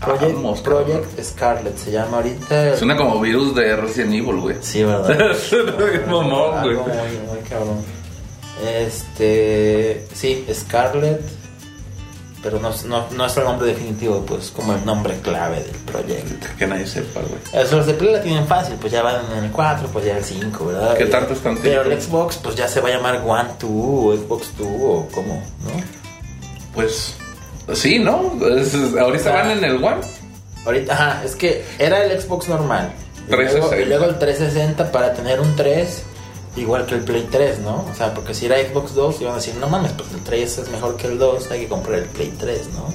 Speaker 1: Ah,
Speaker 2: Project,
Speaker 1: Vamos,
Speaker 2: Project Scarlet se llama ahorita.
Speaker 1: Suena como virus de Resident Evil, güey.
Speaker 2: Sí, verdad.
Speaker 1: Mamón, güey.
Speaker 2: Algo muy, muy cabrón. Este. Sí, Scarlet. Pero no, no, no es el nombre definitivo, pues como el nombre clave del proyecto.
Speaker 1: Que nadie sepa, güey.
Speaker 2: Eh, Los de Play la tienen fácil, pues ya van en el 4, pues ya el 5, ¿verdad?
Speaker 1: ¿Qué
Speaker 2: Eh,
Speaker 1: tanto es tantito?
Speaker 2: Pero el Xbox, pues ya se va a llamar One 2 o Xbox 2 o cómo, ¿no?
Speaker 1: Pues sí, ¿no? Es- es- ahorita van en el One.
Speaker 2: Ahorita, ajá, es que era el Xbox normal. Y
Speaker 1: 360.
Speaker 2: Luego, y luego el 360 para tener un 3, igual que el Play 3, ¿no? O sea, porque si era Xbox 2, iban a decir, no mames, pues el 3 es mejor que el 2, hay que comprar el Play 3, ¿no?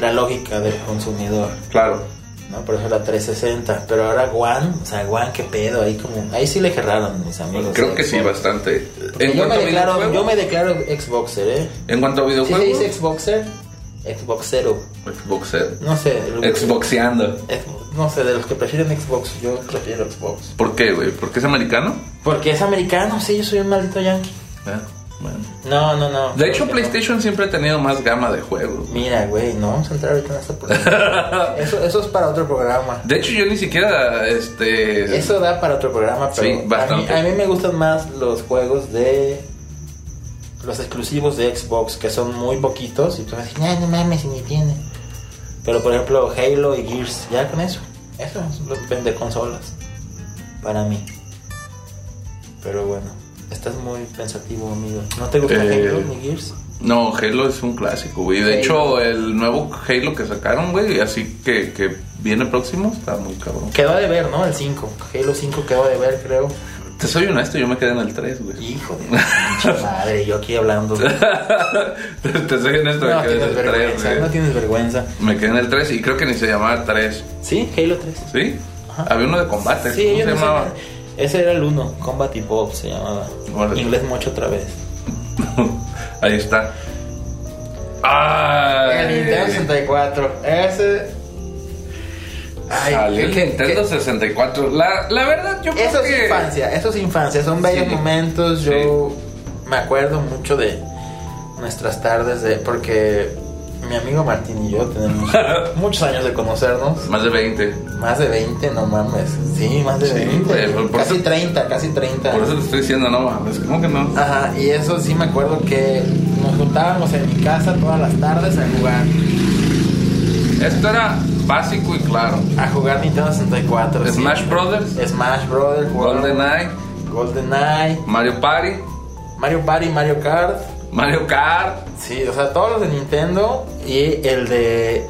Speaker 2: La lógica del consumidor,
Speaker 1: Claro.
Speaker 2: ¿no? Por eso era 360. Pero ahora One, o sea, One, qué pedo, ahí como, ahí sí le gerraron mis amigos. ¿eh?
Speaker 1: Creo
Speaker 2: de
Speaker 1: que sí,
Speaker 2: Xbox.
Speaker 1: bastante.
Speaker 2: Porque
Speaker 1: En
Speaker 2: Yo me,
Speaker 1: cuanto, a
Speaker 2: declaro,
Speaker 1: videojuegos,
Speaker 2: yo me declaro Xboxer, ¿eh?
Speaker 1: en cuanto a
Speaker 2: Si se
Speaker 1: videojuegos,
Speaker 2: dice Xboxer, Xboxero.
Speaker 1: Xboxer.
Speaker 2: No sé. el-
Speaker 1: Xboxeando.
Speaker 2: Xbox. No sé, de los que prefieren Xbox, yo prefiero Xbox.
Speaker 1: ¿Por qué, güey? ¿Porque es americano?
Speaker 2: Porque es americano, sí, yo soy un maldito yankee.
Speaker 1: Ah, bueno.
Speaker 2: No, no, no.
Speaker 1: De hecho,
Speaker 2: Porque no.
Speaker 1: PlayStation siempre ha tenido más gama de juegos.
Speaker 2: Mira, güey, no vamos a entrar ahorita en esta polémica. eso, eso es para otro programa.
Speaker 1: De hecho, yo ni siquiera, este...
Speaker 2: Eso da para otro programa, pero
Speaker 1: Sí, bastante.
Speaker 2: A, mí, a mí me gustan más los juegos de. Los exclusivos de Xbox, que son muy poquitos. Y tú vas a decir, "Ay, no mames, ni tiene. Pero por ejemplo, Halo y Gears, ya con eso. Eso es lo que vende consolas. Para mí. Pero bueno, estás muy pensativo, amigo. ¿No te gusta
Speaker 1: Eh,
Speaker 2: Halo ni Gears?
Speaker 1: No, Halo es un clásico, güey. De
Speaker 2: Halo.
Speaker 1: hecho, el nuevo Halo que sacaron, güey, así que, que viene próximo, está muy cabrón.
Speaker 2: Quedó de ver, ¿no? El 5. Halo 5 quedó de ver, creo.
Speaker 1: Te soy honesto, yo me quedé en el 3, güey.
Speaker 2: Hijo de pinche madre, yo aquí hablando. No
Speaker 1: te, te soy honesto, me quedé
Speaker 2: tienes
Speaker 1: en el 3,
Speaker 2: vergüenza,
Speaker 1: güey.
Speaker 2: no tienes vergüenza.
Speaker 1: Me quedé en el 3 y creo que ni se llamaba 3,
Speaker 2: Sí, Halo 3.
Speaker 1: ¿sí?
Speaker 2: Ajá.
Speaker 1: Había uno de combate,
Speaker 2: Sí,
Speaker 1: ¿cómo
Speaker 2: yo
Speaker 1: se
Speaker 2: no sé
Speaker 1: llamaba?
Speaker 2: nada. Ese era el 1, Combat Evolved se llamaba.
Speaker 1: Órale.
Speaker 2: Inglés mucho otra vez.
Speaker 1: Ahí está. Ah,
Speaker 2: El Nintendo 64. Ese. Ay,
Speaker 1: Salió el
Speaker 2: que-
Speaker 1: Nintendo
Speaker 2: que-
Speaker 1: 64. La, la verdad, yo creo
Speaker 2: Eso es
Speaker 1: que...
Speaker 2: infancia, eso es infancia, son bellos
Speaker 1: Sí.
Speaker 2: momentos.
Speaker 1: Sí.
Speaker 2: Yo me acuerdo mucho de nuestras tardes de porque mi amigo Martín y yo tenemos muchos años de conocernos.
Speaker 1: Más de 20.
Speaker 2: Más de 20, no mames. Sí, más de
Speaker 1: Sí,
Speaker 2: 20.
Speaker 1: güey, por- por
Speaker 2: casi
Speaker 1: eso-
Speaker 2: 30, casi 30.
Speaker 1: Por eso te estoy diciendo, no mames, ¿cómo que no?
Speaker 2: Ajá, y eso sí me acuerdo que nos juntábamos en mi casa todas las tardes a jugar.
Speaker 1: Esto era básico y claro.
Speaker 2: A jugar Nintendo 64. sí.
Speaker 1: Smash Brothers,
Speaker 2: Smash Brothers,
Speaker 1: GoldenEye,
Speaker 2: GoldenEye,
Speaker 1: Mario Party,
Speaker 2: Mario Party, Mario Kart.
Speaker 1: Mario Kart.
Speaker 2: Sí, o sea, todos los de Nintendo y el de...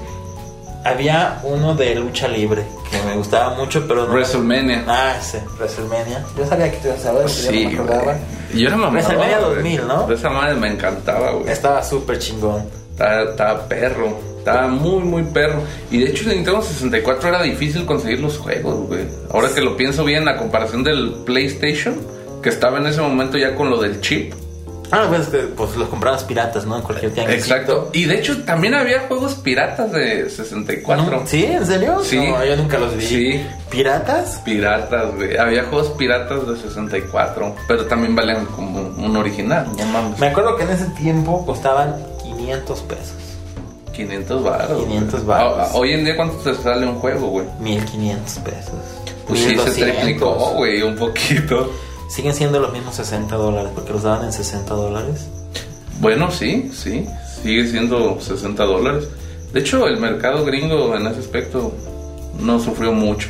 Speaker 2: Había uno de lucha libre que me gustaba mucho, pero no...
Speaker 1: WrestleMania.
Speaker 2: Ah, ese, WrestleMania. Yo sabía que te ibas a saber, pero yo no me acordaba.
Speaker 1: güey. Yo era mamá.
Speaker 2: WrestleMania 2000, ¿no?
Speaker 1: Esa madre me encantaba, güey.
Speaker 2: Estaba súper chingón.
Speaker 1: Estaba, estaba perro. Estaba muy, muy perro. Y de hecho, en Nintendo 64 era difícil conseguir los juegos, güey. Ahora que lo pienso bien, la comparación del PlayStation, que estaba en ese momento ya con lo del chip.
Speaker 2: Ah, pues, que, pues los comprabas piratas, ¿no? En cualquier tianguis.
Speaker 1: Exacto. Y de hecho, también había juegos piratas de 64.
Speaker 2: ¿Sí? ¿En serio?
Speaker 1: Sí.
Speaker 2: No, yo nunca los vi.
Speaker 1: Sí.
Speaker 2: ¿Piratas?
Speaker 1: Piratas, güey. Había juegos piratas de 64, pero también valían como un original, no mames.
Speaker 2: Me acuerdo que en ese tiempo costaban 500 pesos.
Speaker 1: 500 baros.
Speaker 2: 500 varos.
Speaker 1: Ah, Hoy en día, ¿cuánto te sale un juego, güey?
Speaker 2: 1500 pesos.
Speaker 1: Pues sí, se triplicó, güey, un poquito.
Speaker 2: siguen siendo los mismos 60 dólares, porque los daban en 60 dólares.
Speaker 1: Bueno, sí, sí, sigue siendo 60 dólares. De hecho, el mercado gringo en ese aspecto no sufrió mucho.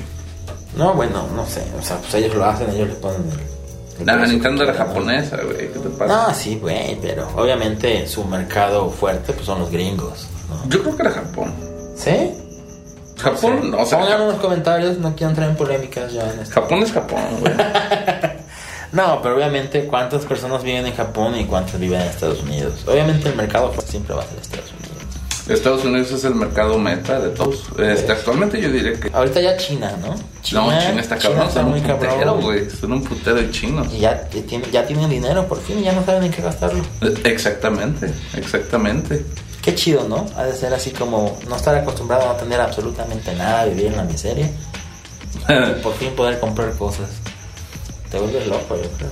Speaker 2: No, bueno, no sé, o sea, pues ellos lo hacen, ellos le ponen el... el
Speaker 1: La
Speaker 2: precio que
Speaker 1: Nintendo era
Speaker 2: quieran, ¿no?
Speaker 1: japonesa, güey, ¿qué te pasa?
Speaker 2: No, sí, güey, pero obviamente su mercado fuerte pues son los gringos, ¿no?
Speaker 1: Yo creo que era Japón.
Speaker 2: ¿Sí?
Speaker 1: Japón,
Speaker 2: Sí.
Speaker 1: no, o sea,
Speaker 2: Pongan en
Speaker 1: Ja-
Speaker 2: los comentarios, no quiero entrar en polémicas ya en este esto.
Speaker 1: Japón es Japón, güey.
Speaker 2: No, pero obviamente cuántas personas viven en Japón y cuántas viven en Estados Unidos. Obviamente el mercado fuerte siempre va a ser Estados Unidos.
Speaker 1: Estados Unidos es el mercado meta de todos. Este, actualmente yo diría que...
Speaker 2: Ahorita ya China, ¿no?
Speaker 1: no, China está cabrón,
Speaker 2: está
Speaker 1: son
Speaker 2: muy
Speaker 1: un putero,
Speaker 2: cabrón.
Speaker 1: güey. Son un putero de chinos.
Speaker 2: Y ya, que tiene- ya tienen dinero, por fin, ya no saben en qué gastarlo.
Speaker 1: Exactamente, exactamente.
Speaker 2: Qué chido, ¿no? Ha de ser así como no estar acostumbrado a no tener absolutamente nada, vivir en la miseria. Y por fin poder comprar cosas. Te vuelves loco, yo creo.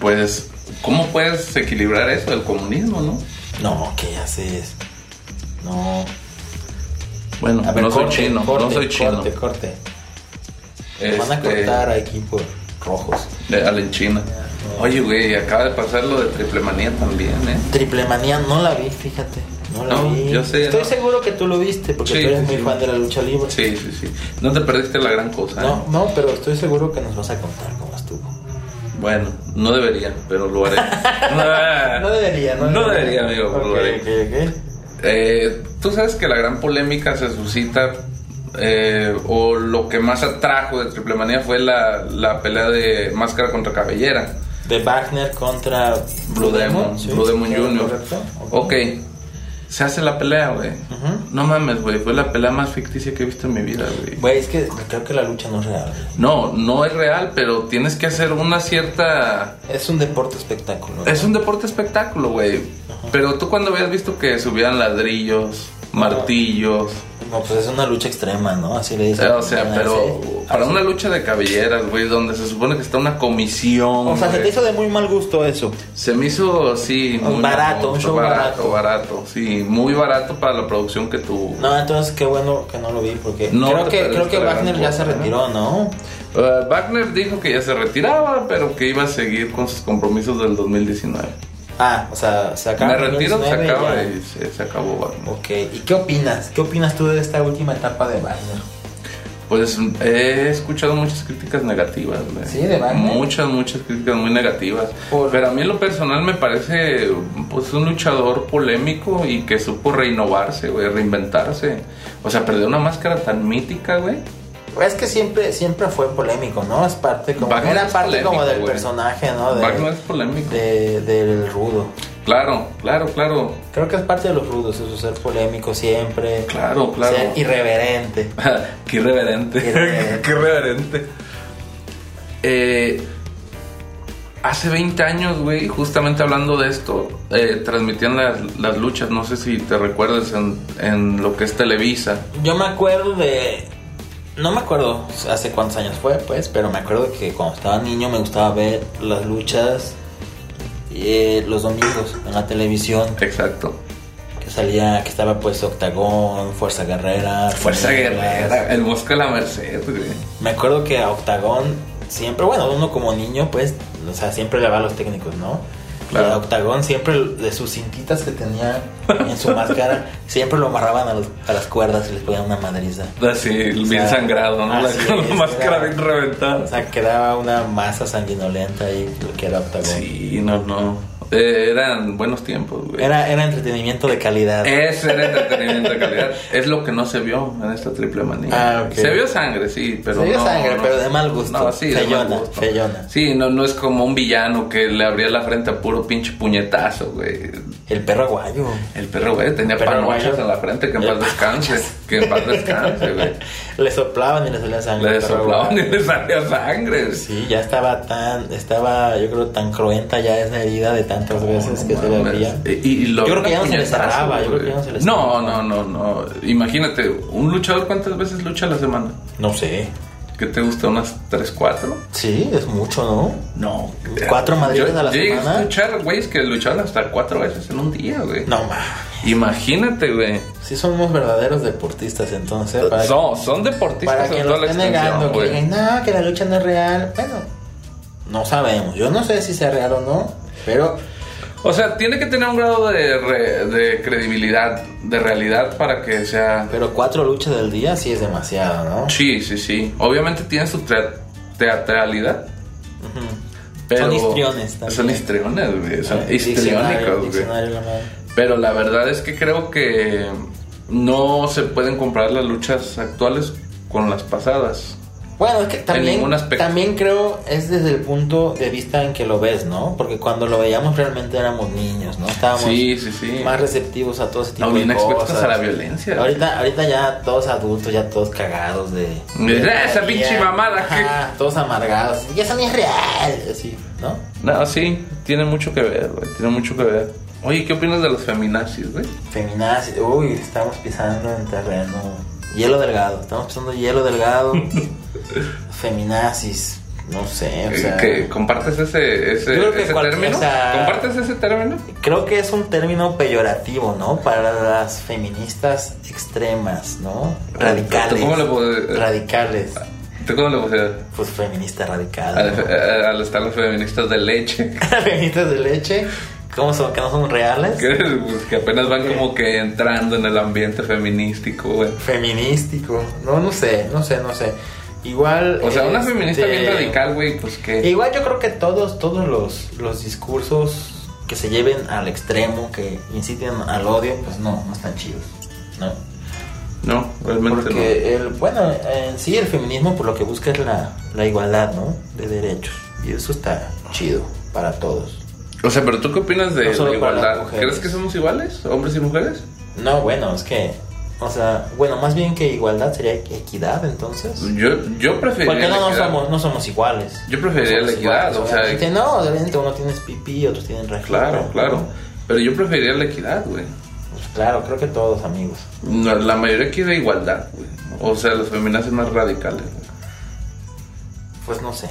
Speaker 1: Pues, ¿cómo puedes equilibrar eso? El comunismo, ¿no?
Speaker 2: No, ¿qué haces? No.
Speaker 1: Bueno,
Speaker 2: A ver,
Speaker 1: no
Speaker 2: corte,
Speaker 1: soy chino,
Speaker 2: corte,
Speaker 1: no soy chino.
Speaker 2: Corte, corte. Te
Speaker 1: Este,
Speaker 2: van a cortar aquí por rojos.
Speaker 1: de- al en China. Oye, güey, acaba de pasar lo de triple manía también, ¿eh?
Speaker 2: Triple manía no la vi, fíjate. No la
Speaker 1: No,
Speaker 2: vi.
Speaker 1: yo sé,
Speaker 2: Estoy
Speaker 1: no.
Speaker 2: seguro que tú lo viste porque
Speaker 1: Sí,
Speaker 2: tú eres
Speaker 1: sí,
Speaker 2: muy
Speaker 1: sí.
Speaker 2: fan de la lucha libre.
Speaker 1: Sí, sí, sí. No te perdiste la gran cosa.
Speaker 2: No,
Speaker 1: ¿eh?
Speaker 2: no, pero estoy seguro que nos vas a contar cómo estuvo.
Speaker 1: Bueno, no debería, pero lo haré. Ah.
Speaker 2: No debería, no
Speaker 1: No debería, amigo, pero lo haré.
Speaker 2: Ok, ok, ok.
Speaker 1: Eh, Tú sabes que la gran polémica se suscita, eh, o lo que más atrajo de Triple Manía fue la, la pelea de máscara contra cabellera.
Speaker 2: De Wagner contra
Speaker 1: Blue Demon,
Speaker 2: sí.
Speaker 1: Blue Demon
Speaker 2: Sí,
Speaker 1: Jr.
Speaker 2: correcto.
Speaker 1: Ok, se hace la pelea, güey.
Speaker 2: Ujú.
Speaker 1: No mames, güey, fue la pelea más ficticia que he visto en mi vida, güey.
Speaker 2: Güey, es que creo que la lucha no es real.
Speaker 1: No, no es real, pero tienes que hacer una cierta...
Speaker 2: Es un deporte espectáculo.
Speaker 1: Es un deporte espectáculo, güey. Pero tú cuando habías visto que subían ladrillos, martillos...
Speaker 2: No, pues es una lucha extrema, ¿no? Así le dicen. ¿eh?
Speaker 1: Eh, O sea, pero
Speaker 2: Así.
Speaker 1: para una lucha de cabelleras, güey, donde se supone que está una comisión.
Speaker 2: O sea, se
Speaker 1: güey.
Speaker 2: te hizo de muy mal gusto eso.
Speaker 1: Se me hizo así.
Speaker 2: Un
Speaker 1: muy
Speaker 2: barato, un
Speaker 1: barato,
Speaker 2: show
Speaker 1: barato. barato, sí, muy barato para la producción que tú.
Speaker 2: No, entonces qué bueno que no lo vi porque
Speaker 1: No,
Speaker 2: creo
Speaker 1: te
Speaker 2: que
Speaker 1: perdiste
Speaker 2: creo que
Speaker 1: la gran
Speaker 2: Wagner ya se
Speaker 1: cosa, ¿no?
Speaker 2: retiró, ¿no?
Speaker 1: Eh, Wagner dijo que ya se retiraba, pero que iba a seguir con sus compromisos del 2019.
Speaker 2: Ah, o sea, se acaba.
Speaker 1: Me
Speaker 2: en
Speaker 1: retiro, se
Speaker 2: 2019
Speaker 1: acaba
Speaker 2: ya.
Speaker 1: y se, se acabó Wagner.
Speaker 2: Ok, ¿y qué opinas? ¿Qué opinas tú de esta última etapa de Wagner?
Speaker 1: Pues he escuchado muchas críticas negativas. güey.
Speaker 2: Sí, de Wagner.
Speaker 1: Muchas, muchas críticas muy negativas.
Speaker 2: Por-
Speaker 1: Pero a mí en lo personal me parece pues, un luchador polémico y que supo reinnovarse, güey, reinventarse. O sea, perdió una máscara tan mítica, güey.
Speaker 2: Es que siempre siempre fue polémico, ¿no? Es parte como
Speaker 1: Wagner
Speaker 2: era
Speaker 1: es
Speaker 2: parte como
Speaker 1: polémico,
Speaker 2: del
Speaker 1: güey.
Speaker 2: personaje, ¿no? De-
Speaker 1: Wagner es polémico.
Speaker 2: de- del rudo.
Speaker 1: Claro, claro, claro.
Speaker 2: Creo que es parte de los rudos, eso ser polémico siempre.
Speaker 1: Claro, claro.
Speaker 2: Ser irreverente.
Speaker 1: Qué irreverente.
Speaker 2: Qué irreverente.
Speaker 1: Qué irreverente. Eh, hace 20 años, güey, justamente hablando de esto, eh, transmitían las, las luchas, no sé si te recuerdas, en, en lo que es Televisa.
Speaker 2: Yo me acuerdo de. No me acuerdo hace cuántos años fue, pues, pero me acuerdo que cuando estaba niño me gustaba ver las luchas eh, los domingos en la televisión.
Speaker 1: Exacto.
Speaker 2: Que salía, que estaba pues Octagón, Fuerza Guerrera.
Speaker 1: Fuerza
Speaker 2: Tinieblas.
Speaker 1: Guerrera, el Mosca de la Merced, güey.
Speaker 2: Me acuerdo que a Octagón siempre, bueno, uno como niño, pues, o sea, siempre le va a los técnicos, ¿no?
Speaker 1: Claro.
Speaker 2: Y a Octagón siempre, de sus cintitas que tenía en su máscara, siempre lo amarraban a, los- a las cuerdas y les ponían una madriza.
Speaker 1: Así, bien
Speaker 2: sea,
Speaker 1: sangrado, ¿no? La,
Speaker 2: así
Speaker 1: con la
Speaker 2: es,
Speaker 1: máscara
Speaker 2: era-
Speaker 1: bien reventada.
Speaker 2: O sea, quedaba una masa sanguinolenta ahí, lo que era Octagón.
Speaker 1: Sí, no, no. Eh, eran buenos tiempos, güey. Eh,
Speaker 2: Era, era entretenimiento de calidad.
Speaker 1: Es el entretenimiento de calidad. Es lo que no se vio en esta triple manía.
Speaker 2: Ah, ok.
Speaker 1: Se vio sangre, sí, pero.
Speaker 2: Se vio
Speaker 1: no,
Speaker 2: sangre,
Speaker 1: no.
Speaker 2: pero de mal gusto.
Speaker 1: No, sí, de
Speaker 2: Feyona,
Speaker 1: mal gusto.
Speaker 2: feyona.
Speaker 1: Sí, no, no es como un villano que le abría la frente a puro pinche puñetazo, güey.
Speaker 2: El perro guayo.
Speaker 1: El perro, güey, tenía
Speaker 2: Perro
Speaker 1: panochas
Speaker 2: guayo.
Speaker 1: en la frente, que en
Speaker 2: El
Speaker 1: paz descanse. Que en paz descanse, güey.
Speaker 2: Le soplaban y le salía sangre.
Speaker 1: Le
Speaker 2: al perro
Speaker 1: soplaban y
Speaker 2: guayo.
Speaker 1: le salía sangre.
Speaker 2: Sí, ya estaba tan, estaba yo creo tan cruenta ya esa herida de tantas veces pues que se le
Speaker 1: Mames.
Speaker 2: abría.
Speaker 1: Y- y lo-
Speaker 2: Yo creo que ya no se le
Speaker 1: puñetazo,
Speaker 2: cerraba, yo creo
Speaker 1: güey.
Speaker 2: que ya no se le
Speaker 1: No,
Speaker 2: cerraba.
Speaker 1: no, no, no. Imagínate, un luchador, ¿cuántas veces lucha a la semana?
Speaker 2: No sé.
Speaker 1: ¿Qué te gusta? ¿Unas 3, 4?
Speaker 2: Sí, es mucho, ¿no?
Speaker 1: No.
Speaker 2: ¿Cuatro madriles
Speaker 1: yo,
Speaker 2: a la
Speaker 1: yo llegué
Speaker 2: semana?
Speaker 1: a escuchar güeyes que luchaban hasta cuatro veces en un día, güey.
Speaker 2: No ma.
Speaker 1: Imagínate, güey.
Speaker 2: Sí somos verdaderos deportistas entonces. Para,
Speaker 1: Son, son deportistas
Speaker 2: para que
Speaker 1: en
Speaker 2: lo
Speaker 1: toda la
Speaker 2: estén
Speaker 1: extensión,
Speaker 2: negando, que
Speaker 1: güey.
Speaker 2: digan, no, que la lucha no es real. Bueno, No sabemos. Yo no sé si sea real o no, pero
Speaker 1: O sea, tiene que tener un grado de, re- de credibilidad, de realidad para que sea...
Speaker 2: pero cuatro luchas del día sí es demasiado, ¿no?
Speaker 1: Sí, sí, sí. Obviamente tiene su tra- teatralidad. Pero
Speaker 2: Son histriones también. Ah,
Speaker 1: Son histriones, güey. Son
Speaker 2: Diccionario,
Speaker 1: histriónicos, güey.
Speaker 2: diccionario, la madre.
Speaker 1: Pero la verdad es que creo que no se pueden comparar las luchas actuales con las pasadas.
Speaker 2: Bueno, es que también,
Speaker 1: ningún aspecto.
Speaker 2: también creo es desde el punto de vista en que lo ves, ¿no? Porque cuando lo veíamos realmente éramos niños, ¿no? Estábamos
Speaker 1: Sí, sí, sí.
Speaker 2: más receptivos a todo ese tipo
Speaker 1: No,
Speaker 2: de
Speaker 1: bien
Speaker 2: cosas.
Speaker 1: expuestos a la violencia.
Speaker 2: Ahorita, ahorita ya todos adultos, ya todos cagados de...
Speaker 1: Mira, esa pinche mamada que-
Speaker 2: Ajá, todos amargados. Y eso ni es real. Así, ¿no?
Speaker 1: No, sí, tiene mucho que ver, güey. Tiene mucho que ver. Oye, ¿qué opinas de los feminazis, güey?
Speaker 2: Feminazis. Uy, estamos pisando en terreno. Hielo delgado. Estamos pisando hielo delgado. Feminazis. No sé, o sea...
Speaker 1: ¿Que ¿Compartes ese, ese,
Speaker 2: Yo creo que
Speaker 1: ese
Speaker 2: cual-
Speaker 1: término?
Speaker 2: o sea-
Speaker 1: ¿Compartes ese término?
Speaker 2: Creo que es un término peyorativo, ¿no? Para las feministas extremas, ¿no? Radicales.
Speaker 1: ¿Cómo le puedo-
Speaker 2: Radicales.
Speaker 1: ¿Tú cómo le pusieras?
Speaker 2: Pues feminista
Speaker 1: Al,
Speaker 2: radical. ¿no?
Speaker 1: a- al estar los feministas de leche.
Speaker 2: feministas de leche. ¿Cómo son? ¿Que no son reales?
Speaker 1: Que, pues, que apenas van como que entrando en el ambiente feminístico, güey.
Speaker 2: Feminístico. No, no sé, no sé, no sé. Igual.
Speaker 1: O sea, una
Speaker 2: este,
Speaker 1: feminista bien radical, güey, pues que...
Speaker 2: Igual yo creo que todos, todos los, los discursos que se lleven al extremo, que inciten al odio, pues no, no están chidos. No.
Speaker 1: No, realmente
Speaker 2: Porque el, bueno, en sí el feminismo por lo que busca es la, la igualdad, ¿no? De derechos. Y eso está chido para todos.
Speaker 1: no. O sea, pero tú qué opinas de
Speaker 2: No solo
Speaker 1: la
Speaker 2: para las
Speaker 1: igualdad?
Speaker 2: mujeres.
Speaker 1: ¿Crees que somos iguales, hombres y mujeres?
Speaker 2: No, bueno, es que, o sea, bueno, más bien que igualdad sería equidad entonces.
Speaker 1: Yo, yo preferiría
Speaker 2: Porque
Speaker 1: la
Speaker 2: no, no
Speaker 1: equidad.
Speaker 2: somos, no somos iguales.
Speaker 1: Yo preferiría
Speaker 2: No somos
Speaker 1: la equidad,
Speaker 2: iguales,
Speaker 1: o sea,
Speaker 2: obviamente. no, obviamente uno tiene pipí, otros tienen regla.
Speaker 1: Claro, claro. Pero yo preferiría la equidad, güey.
Speaker 2: Pues claro, creo que todos amigos.
Speaker 1: No, la mayoría quiere igualdad, güey. O sea, los feministas más radicales, güey.
Speaker 2: Pues no sé.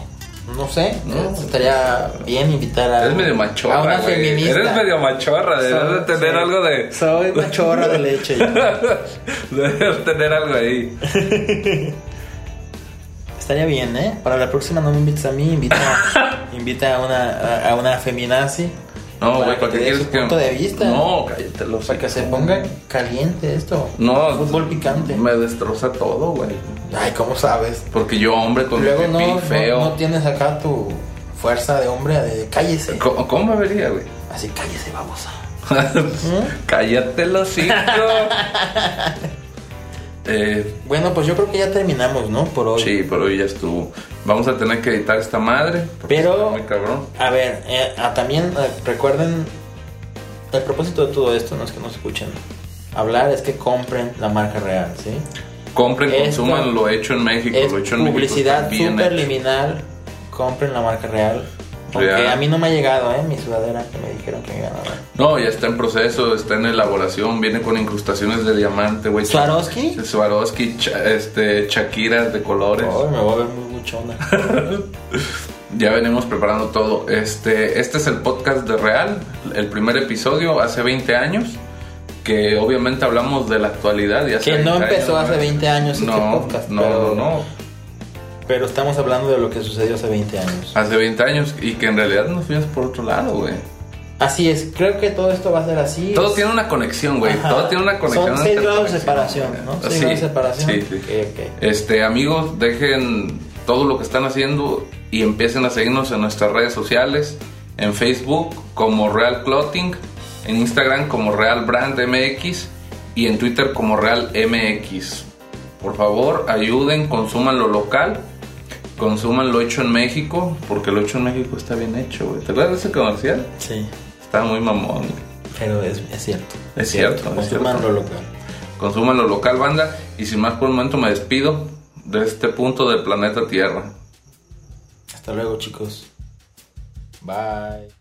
Speaker 2: No sé,
Speaker 1: No.
Speaker 2: eh, estaría bien invitar a,
Speaker 1: Eres medio
Speaker 2: a una
Speaker 1: machorra, güey.
Speaker 2: feminista.
Speaker 1: Eres medio machorra,
Speaker 2: Soy-
Speaker 1: debes de tener
Speaker 2: soy-
Speaker 1: algo de...
Speaker 2: Soy machorra de leche. yo.
Speaker 1: debes tener algo ahí.
Speaker 2: Estaría bien, ¿eh? Para la próxima no me invites a mí, invita, invita a una a, a una feminazi.
Speaker 1: No,
Speaker 2: Para
Speaker 1: güey,
Speaker 2: que
Speaker 1: ¿para qué
Speaker 2: te dé
Speaker 1: quieres
Speaker 2: su
Speaker 1: que...?
Speaker 2: punto de vista.
Speaker 1: No, cállate los...
Speaker 2: Para que se ponga caliente esto.
Speaker 1: No,
Speaker 2: Fútbol picante.
Speaker 1: Me destroza todo, güey.
Speaker 2: Ay, ¿cómo sabes?
Speaker 1: Porque yo, hombre, con mi
Speaker 2: Luego no,
Speaker 1: pipí
Speaker 2: no-
Speaker 1: feo...
Speaker 2: no tienes acá tu fuerza de hombre de cállese.
Speaker 1: ¿Cómo, cómo me vería, güey?
Speaker 2: Así cállese, vamos. ¿Eh?
Speaker 1: Cállate los cinco. eh,
Speaker 2: Bueno, pues yo creo que ya terminamos, ¿no? Por hoy.
Speaker 1: sí, pero hoy ya estuvo. Vamos a tener que editar esta madre. porque
Speaker 2: Pero-
Speaker 1: está Muy cabrón.
Speaker 2: A ver, eh, ah, también eh, recuerden, el propósito de todo esto no es que nos escuchen hablar, es que compren la marca real, ¿sí?
Speaker 1: Compren,
Speaker 2: Esto
Speaker 1: consuman lo hecho en México.
Speaker 2: es
Speaker 1: lo hecho en
Speaker 2: publicidad
Speaker 1: México. está bien hecho.
Speaker 2: superliminal, compren la marca real. Aunque
Speaker 1: Real.
Speaker 2: a mí no me ha llegado, ¿eh? Mi sudadera que me dijeron que me ganaba.
Speaker 1: No, ya está en proceso, está en elaboración. Viene con incrustaciones de diamante, güey.
Speaker 2: ¿Swarovski?
Speaker 1: Swarovski, cha- este, Shakiras de colores.
Speaker 2: Ay, me voy a ver muy buchona.
Speaker 1: Ya venimos preparando todo. Este, este es el podcast de Real, el primer episodio hace 20 años, que obviamente hablamos de la actualidad. Y hace
Speaker 2: que no
Speaker 1: 20 años,
Speaker 2: empezó hace 20 años este
Speaker 1: no,
Speaker 2: podcast.
Speaker 1: No,
Speaker 2: pero,
Speaker 1: no, no.
Speaker 2: Pero estamos hablando de lo que sucedió hace 20 años.
Speaker 1: Hace 20 años y que en realidad nos fuimos por otro lado, güey.
Speaker 2: Así es, creo que todo esto va a ser así.
Speaker 1: Todo tiene una conexión, güey.
Speaker 2: Ajá.
Speaker 1: Todo tiene una conexión.
Speaker 2: Son seis grados de
Speaker 1: interconexión.
Speaker 2: separación, ¿no? Seis
Speaker 1: Sí,
Speaker 2: grados de separación.
Speaker 1: Sí, sí.
Speaker 2: Ok, ok.
Speaker 1: Este, amigos, dejen todo lo que están haciendo y empiecen a seguirnos en nuestras redes sociales, en Facebook como Real Clothing, en Instagram como Real Brand MX y en Twitter como Real MX. Por favor, ayuden, consuman lo local, consuman lo hecho en México, porque lo hecho en México está bien hecho, güey. ¿Te acuerdas de ese comercial?
Speaker 2: Sí,
Speaker 1: Estaba muy mamón, güey.
Speaker 2: pero es, es cierto.
Speaker 1: Es cierto, es
Speaker 2: Consuman
Speaker 1: cierto.
Speaker 2: lo local.
Speaker 1: Consuman lo local, banda, y sin más por el momento me despido de este punto del planeta Tierra.
Speaker 2: Hasta luego, chicos. Bye.